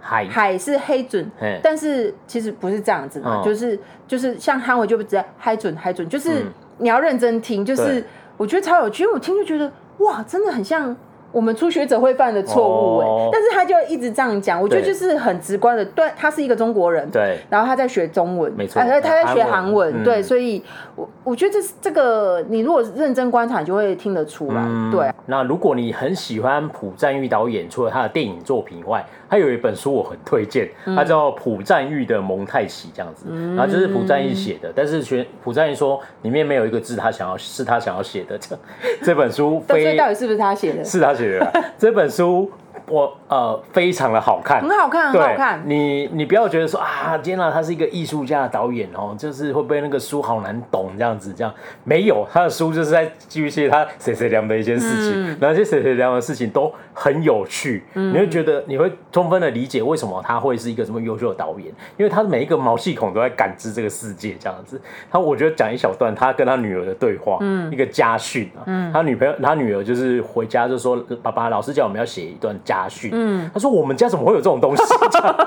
S2: 海，
S1: 海是黑准，
S2: 嘿，
S1: 但是其实不是这样子嘛，
S2: 哦
S1: 就是就是像韩文就不直接嗨准嗨准，就是
S2: 嗯
S1: 你要认真听，就是
S2: 对
S1: 我觉得超有趣，因为我听就觉得哇，真的很像我们初学者会犯的错误哎、
S2: 哦
S1: 但是他就一直这样讲，我觉得
S2: 对
S1: 就是很直观的，对他是一个中国人。
S2: 对，
S1: 然后他在学中文，
S2: 没错
S1: 啊他在学
S2: 韩
S1: 韩
S2: 文
S1: 文，
S2: 嗯
S1: 对，所以我我觉得这是这个，你如果认真观察，你就会听得出来，
S2: 嗯
S1: 对。啊
S2: 那如果你很喜欢朴赞玉导演，除了他的电影作品以外，他有一本书我很推荐，
S1: 嗯
S2: 它叫《朴赞玉的蒙太奇》这样子，然后这是朴赞玉写的，但是全朴赞玉说里面没有一个字他想要是他想要写的，这 *laughs* 这本书
S1: 但所
S2: 非
S1: 以到底是不是他写的？
S2: 是他写的啦，这本书我呃非常的好看
S1: 很。好看，很
S2: 对
S1: 好看，
S2: 你你不要觉得说啊，天哪，他是一个艺术家的导演哦，就是会不会那个书好难懂这样子？这样没有，他的书就是在记录一些他谁谁凉的一些事情，然后这些谁谁凉的事情都很有趣，你会觉得你会充分的理解为什么他会是一个这么优秀的导演，因为他每一个毛细孔都在感知这个世界这样子。他我觉得讲一小段他跟他女儿的对话，一个家训啊，他女朋友他女儿就是回家就说爸爸，老师叫我们要写一段家训，他说我们家怎么会有这种东西？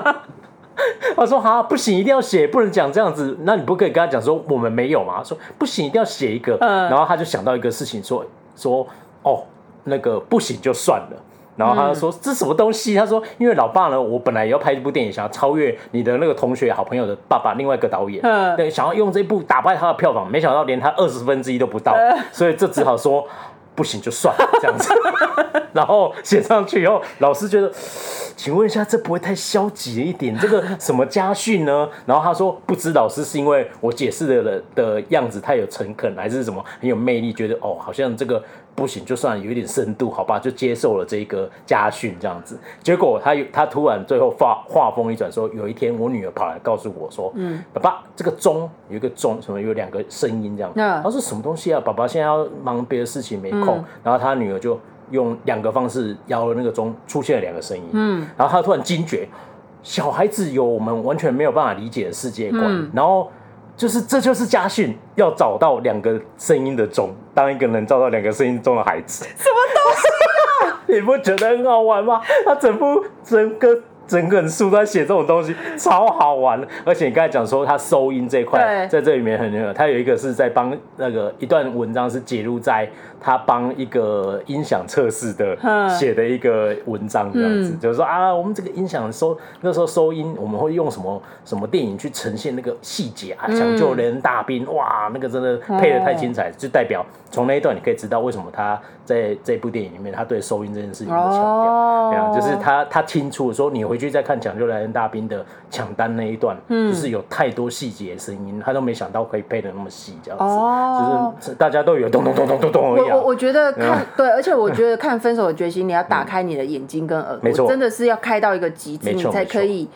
S2: *laughs* 他说：“哈，不行，一定要写，不能讲这样子。那你不可以跟他讲说我们没有嘛？”他说：“不行，一定要写一个。
S1: 嗯
S2: 然后他就想到一个事情说，说哦，那个不行就算了。然后他就说、这什么东西？他说因为老爸呢，我本来也要拍一部电影，想要超越你的那个同学、好朋友的爸爸，另外一个导演，
S1: 嗯
S2: 对，想要用这部打败他的票房，没想到连他二十分之一都不到，所以这只好说 *laughs* 不行就算了这样子。 *laughs* 然后写上去以后，老师觉得，请问一下，这不会太消极了一点？这个什么家训呢？然后他说，不知老师是因为我解释的了的样子太有诚恳，还是什么很有魅力，觉得哦，好像这个不行，就算有一点深度，好吧，就接受了这个家训这样子。结果他有他突然最后话话锋一转说，有一天我女儿跑来告诉我说，嗯，爸爸，这个钟有一个钟，什么有两个声音这样。
S1: 嗯
S2: 他说什么东西啊？爸爸现在要忙别的事情没空。然后他女儿就用两个方式摇了那个钟，出现了两个声音。嗯，然后他突然惊觉，小孩子有我们完全没有办法理解的世界观。然后就是这就是家训，要找到两个声音的钟，当一个能找到两个声音钟的孩子。你不觉得很好玩吗？他整部整个整本书都在写这种东西，超好玩的。而且你刚才讲说他收音这一块，
S1: 对
S2: 在这里面很那个，他有一个是在帮那个一段文章是揭露在他帮一个音响测
S1: *laughs*
S2: 试的
S1: 嗯
S2: 写的一个文章这样子，
S1: 嗯
S2: 就是说啊，我们这个音响收那时候收音，我们会用什么什么电影去呈现那个细节
S1: 嗯
S2: 啊，抢救雷恩大兵，哇，那个真的配的太精彩，
S1: 哦
S2: 就代表从那一段你可以知道为什么他在这部电影里面他对收音这件事情。有强
S1: 哦
S2: 调，对啊，就是他他清楚说，你回去再看《抢救莱恩大兵》的抢单那一段，
S1: 嗯
S2: 就是有太多细节声音，他都没想到可以配的那么细，这样子，
S1: 哦
S2: 就是大家都有咚咚咚咚咚咚而
S1: 我
S2: 已、啊
S1: 我。我觉得看对，而且我觉
S2: *laughs*
S1: 得看《分手的决心》，你要打开你的眼睛跟耳
S2: 嗯没错
S1: 朵，真的是要开到一个极致，
S2: 没
S1: 你
S2: 错
S1: 才
S2: 没错
S1: 可以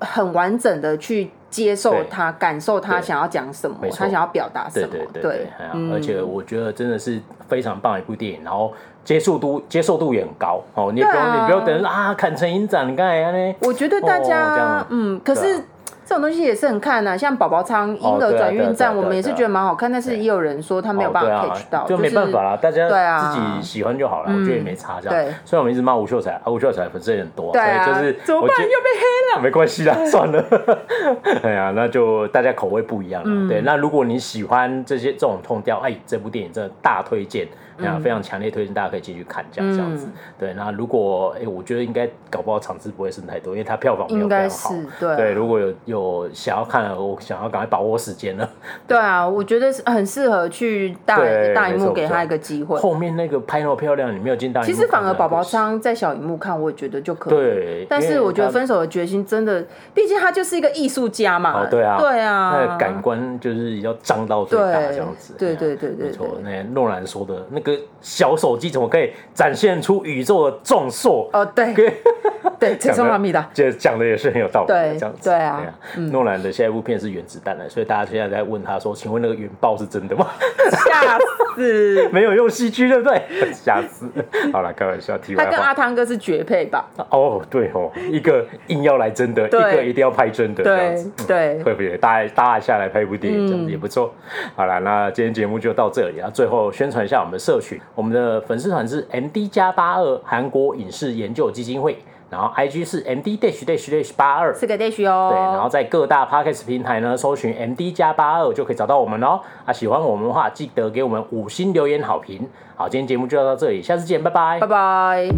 S1: 很完整的去接受
S2: 对
S1: 他，感受他
S2: 对
S1: 想要讲什么
S2: 没，错
S1: 他想要表达什
S2: 对
S1: 么，
S2: 对对对，哎呀
S1: 嗯
S2: 而且我觉得真的是非常棒的一部电影，然后接受度接受度也很高哦，你也不
S1: 对
S2: 用、
S1: 啊
S2: 你不用等啊，砍成影展，你刚才呢？
S1: 我觉得大
S2: 哦这
S1: 家，
S2: 样
S1: 嗯，可
S2: 对
S1: 是
S2: 啊
S1: 这种东西也是很看呐、啊像宝宝仓婴
S2: 哦对啊
S1: 儿转
S2: 对啊
S1: 运站，
S2: 对啊
S1: 我们也是
S2: 对啊
S1: 觉得蛮好看，但是也有人说他没有
S2: 哦
S1: 办
S2: 对
S1: 法
S2: 啊
S1: catch 到，
S2: 就没办法啦，大家
S1: 对啊
S2: 自己喜欢就好了，我觉得也没差这样
S1: 对。
S2: 虽然我们一直骂吴秀才，啊吴秀才粉丝也很多，
S1: 对啊，
S2: 所以就是
S1: 怎么
S2: 我
S1: 办
S2: 觉得
S1: 又被黑？
S2: *laughs* 没关系啦，算了。 *laughs* 哎呀，那就大家口味不一样了。对，
S1: 嗯
S2: 那如果你喜欢这些这种痛调，哎，这部电影真的大推荐，哎呀，非常强烈推荐，大家可以进去看，这样这样子
S1: 嗯。
S2: 对，那如果哎，我觉得应该搞不好场次不会剩太多，因为它票房没有
S1: 应
S2: 非
S1: 该
S2: 常
S1: 是
S2: 好。
S1: 对啊
S2: 对，如果有有想要看的，我想要赶快把握时间了。
S1: 对啊，我觉得是很适合去大
S2: 对
S1: 大荧
S2: 没
S1: 幕
S2: 错
S1: 给他一个机会。
S2: 后面那个拍那么漂亮，你没有进大荧
S1: 其
S2: 幕看
S1: 实反而宝宝
S2: 真的
S1: 仓在小荧幕看，我也觉得就可以。
S2: 对，
S1: 但
S2: 因为
S1: 是我觉得
S2: 它
S1: 分手的决心真的，毕竟他就是一个艺术家嘛。
S2: 哦，对啊，
S1: 对
S2: 那
S1: 啊
S2: 个，感官就是要张到最大
S1: 对
S2: 这样子。
S1: 对
S2: 哎呀
S1: 对对对
S2: 没错
S1: 对。
S2: 那诺兰说的那个小手机怎么可以展现出宇宙的壮硕？
S1: 哦对
S2: *laughs* 对，
S1: 对，这
S2: 讲
S1: 是
S2: 得
S1: 阿米
S2: *laughs*
S1: 达，
S2: 这讲的也是很有道理的，
S1: 对
S2: 这样子。
S1: 对啊
S2: 哎呀诺兰的下一部片是《原子弹》了，所以大家现在在问他说：“请问那个原爆是真的吗？” *laughs*
S1: 吓死！
S2: 没有用戏剧，对不对？ *laughs* 吓死！好了，开玩笑，题
S1: 他
S2: 外
S1: 跟阿
S2: 话。
S1: 汤哥是绝配吧？
S2: 哦，对哦，一个硬要来真的，一
S1: 对
S2: 个一定要拍真的，这样
S1: 对
S2: 子。嗯
S1: 对，
S2: 会不会搭搭一下来拍一部电影，这样子也不错。好了，那今天节目就到这里啊。最后宣传一下我们的社群，我们的粉丝团是 M D 加八二韩国影视研究基金会，然后 I G 是 M D dash dash dash 八二。
S1: 四个 dash 哦。
S2: 对，然后在各大 podcast 平台呢，搜寻 M D 加八二就可以找到我们哦。啊，喜欢我们的话，记得给我们五星留言好评。好，今天节目就到这里，下次见，拜拜
S1: 拜。拜。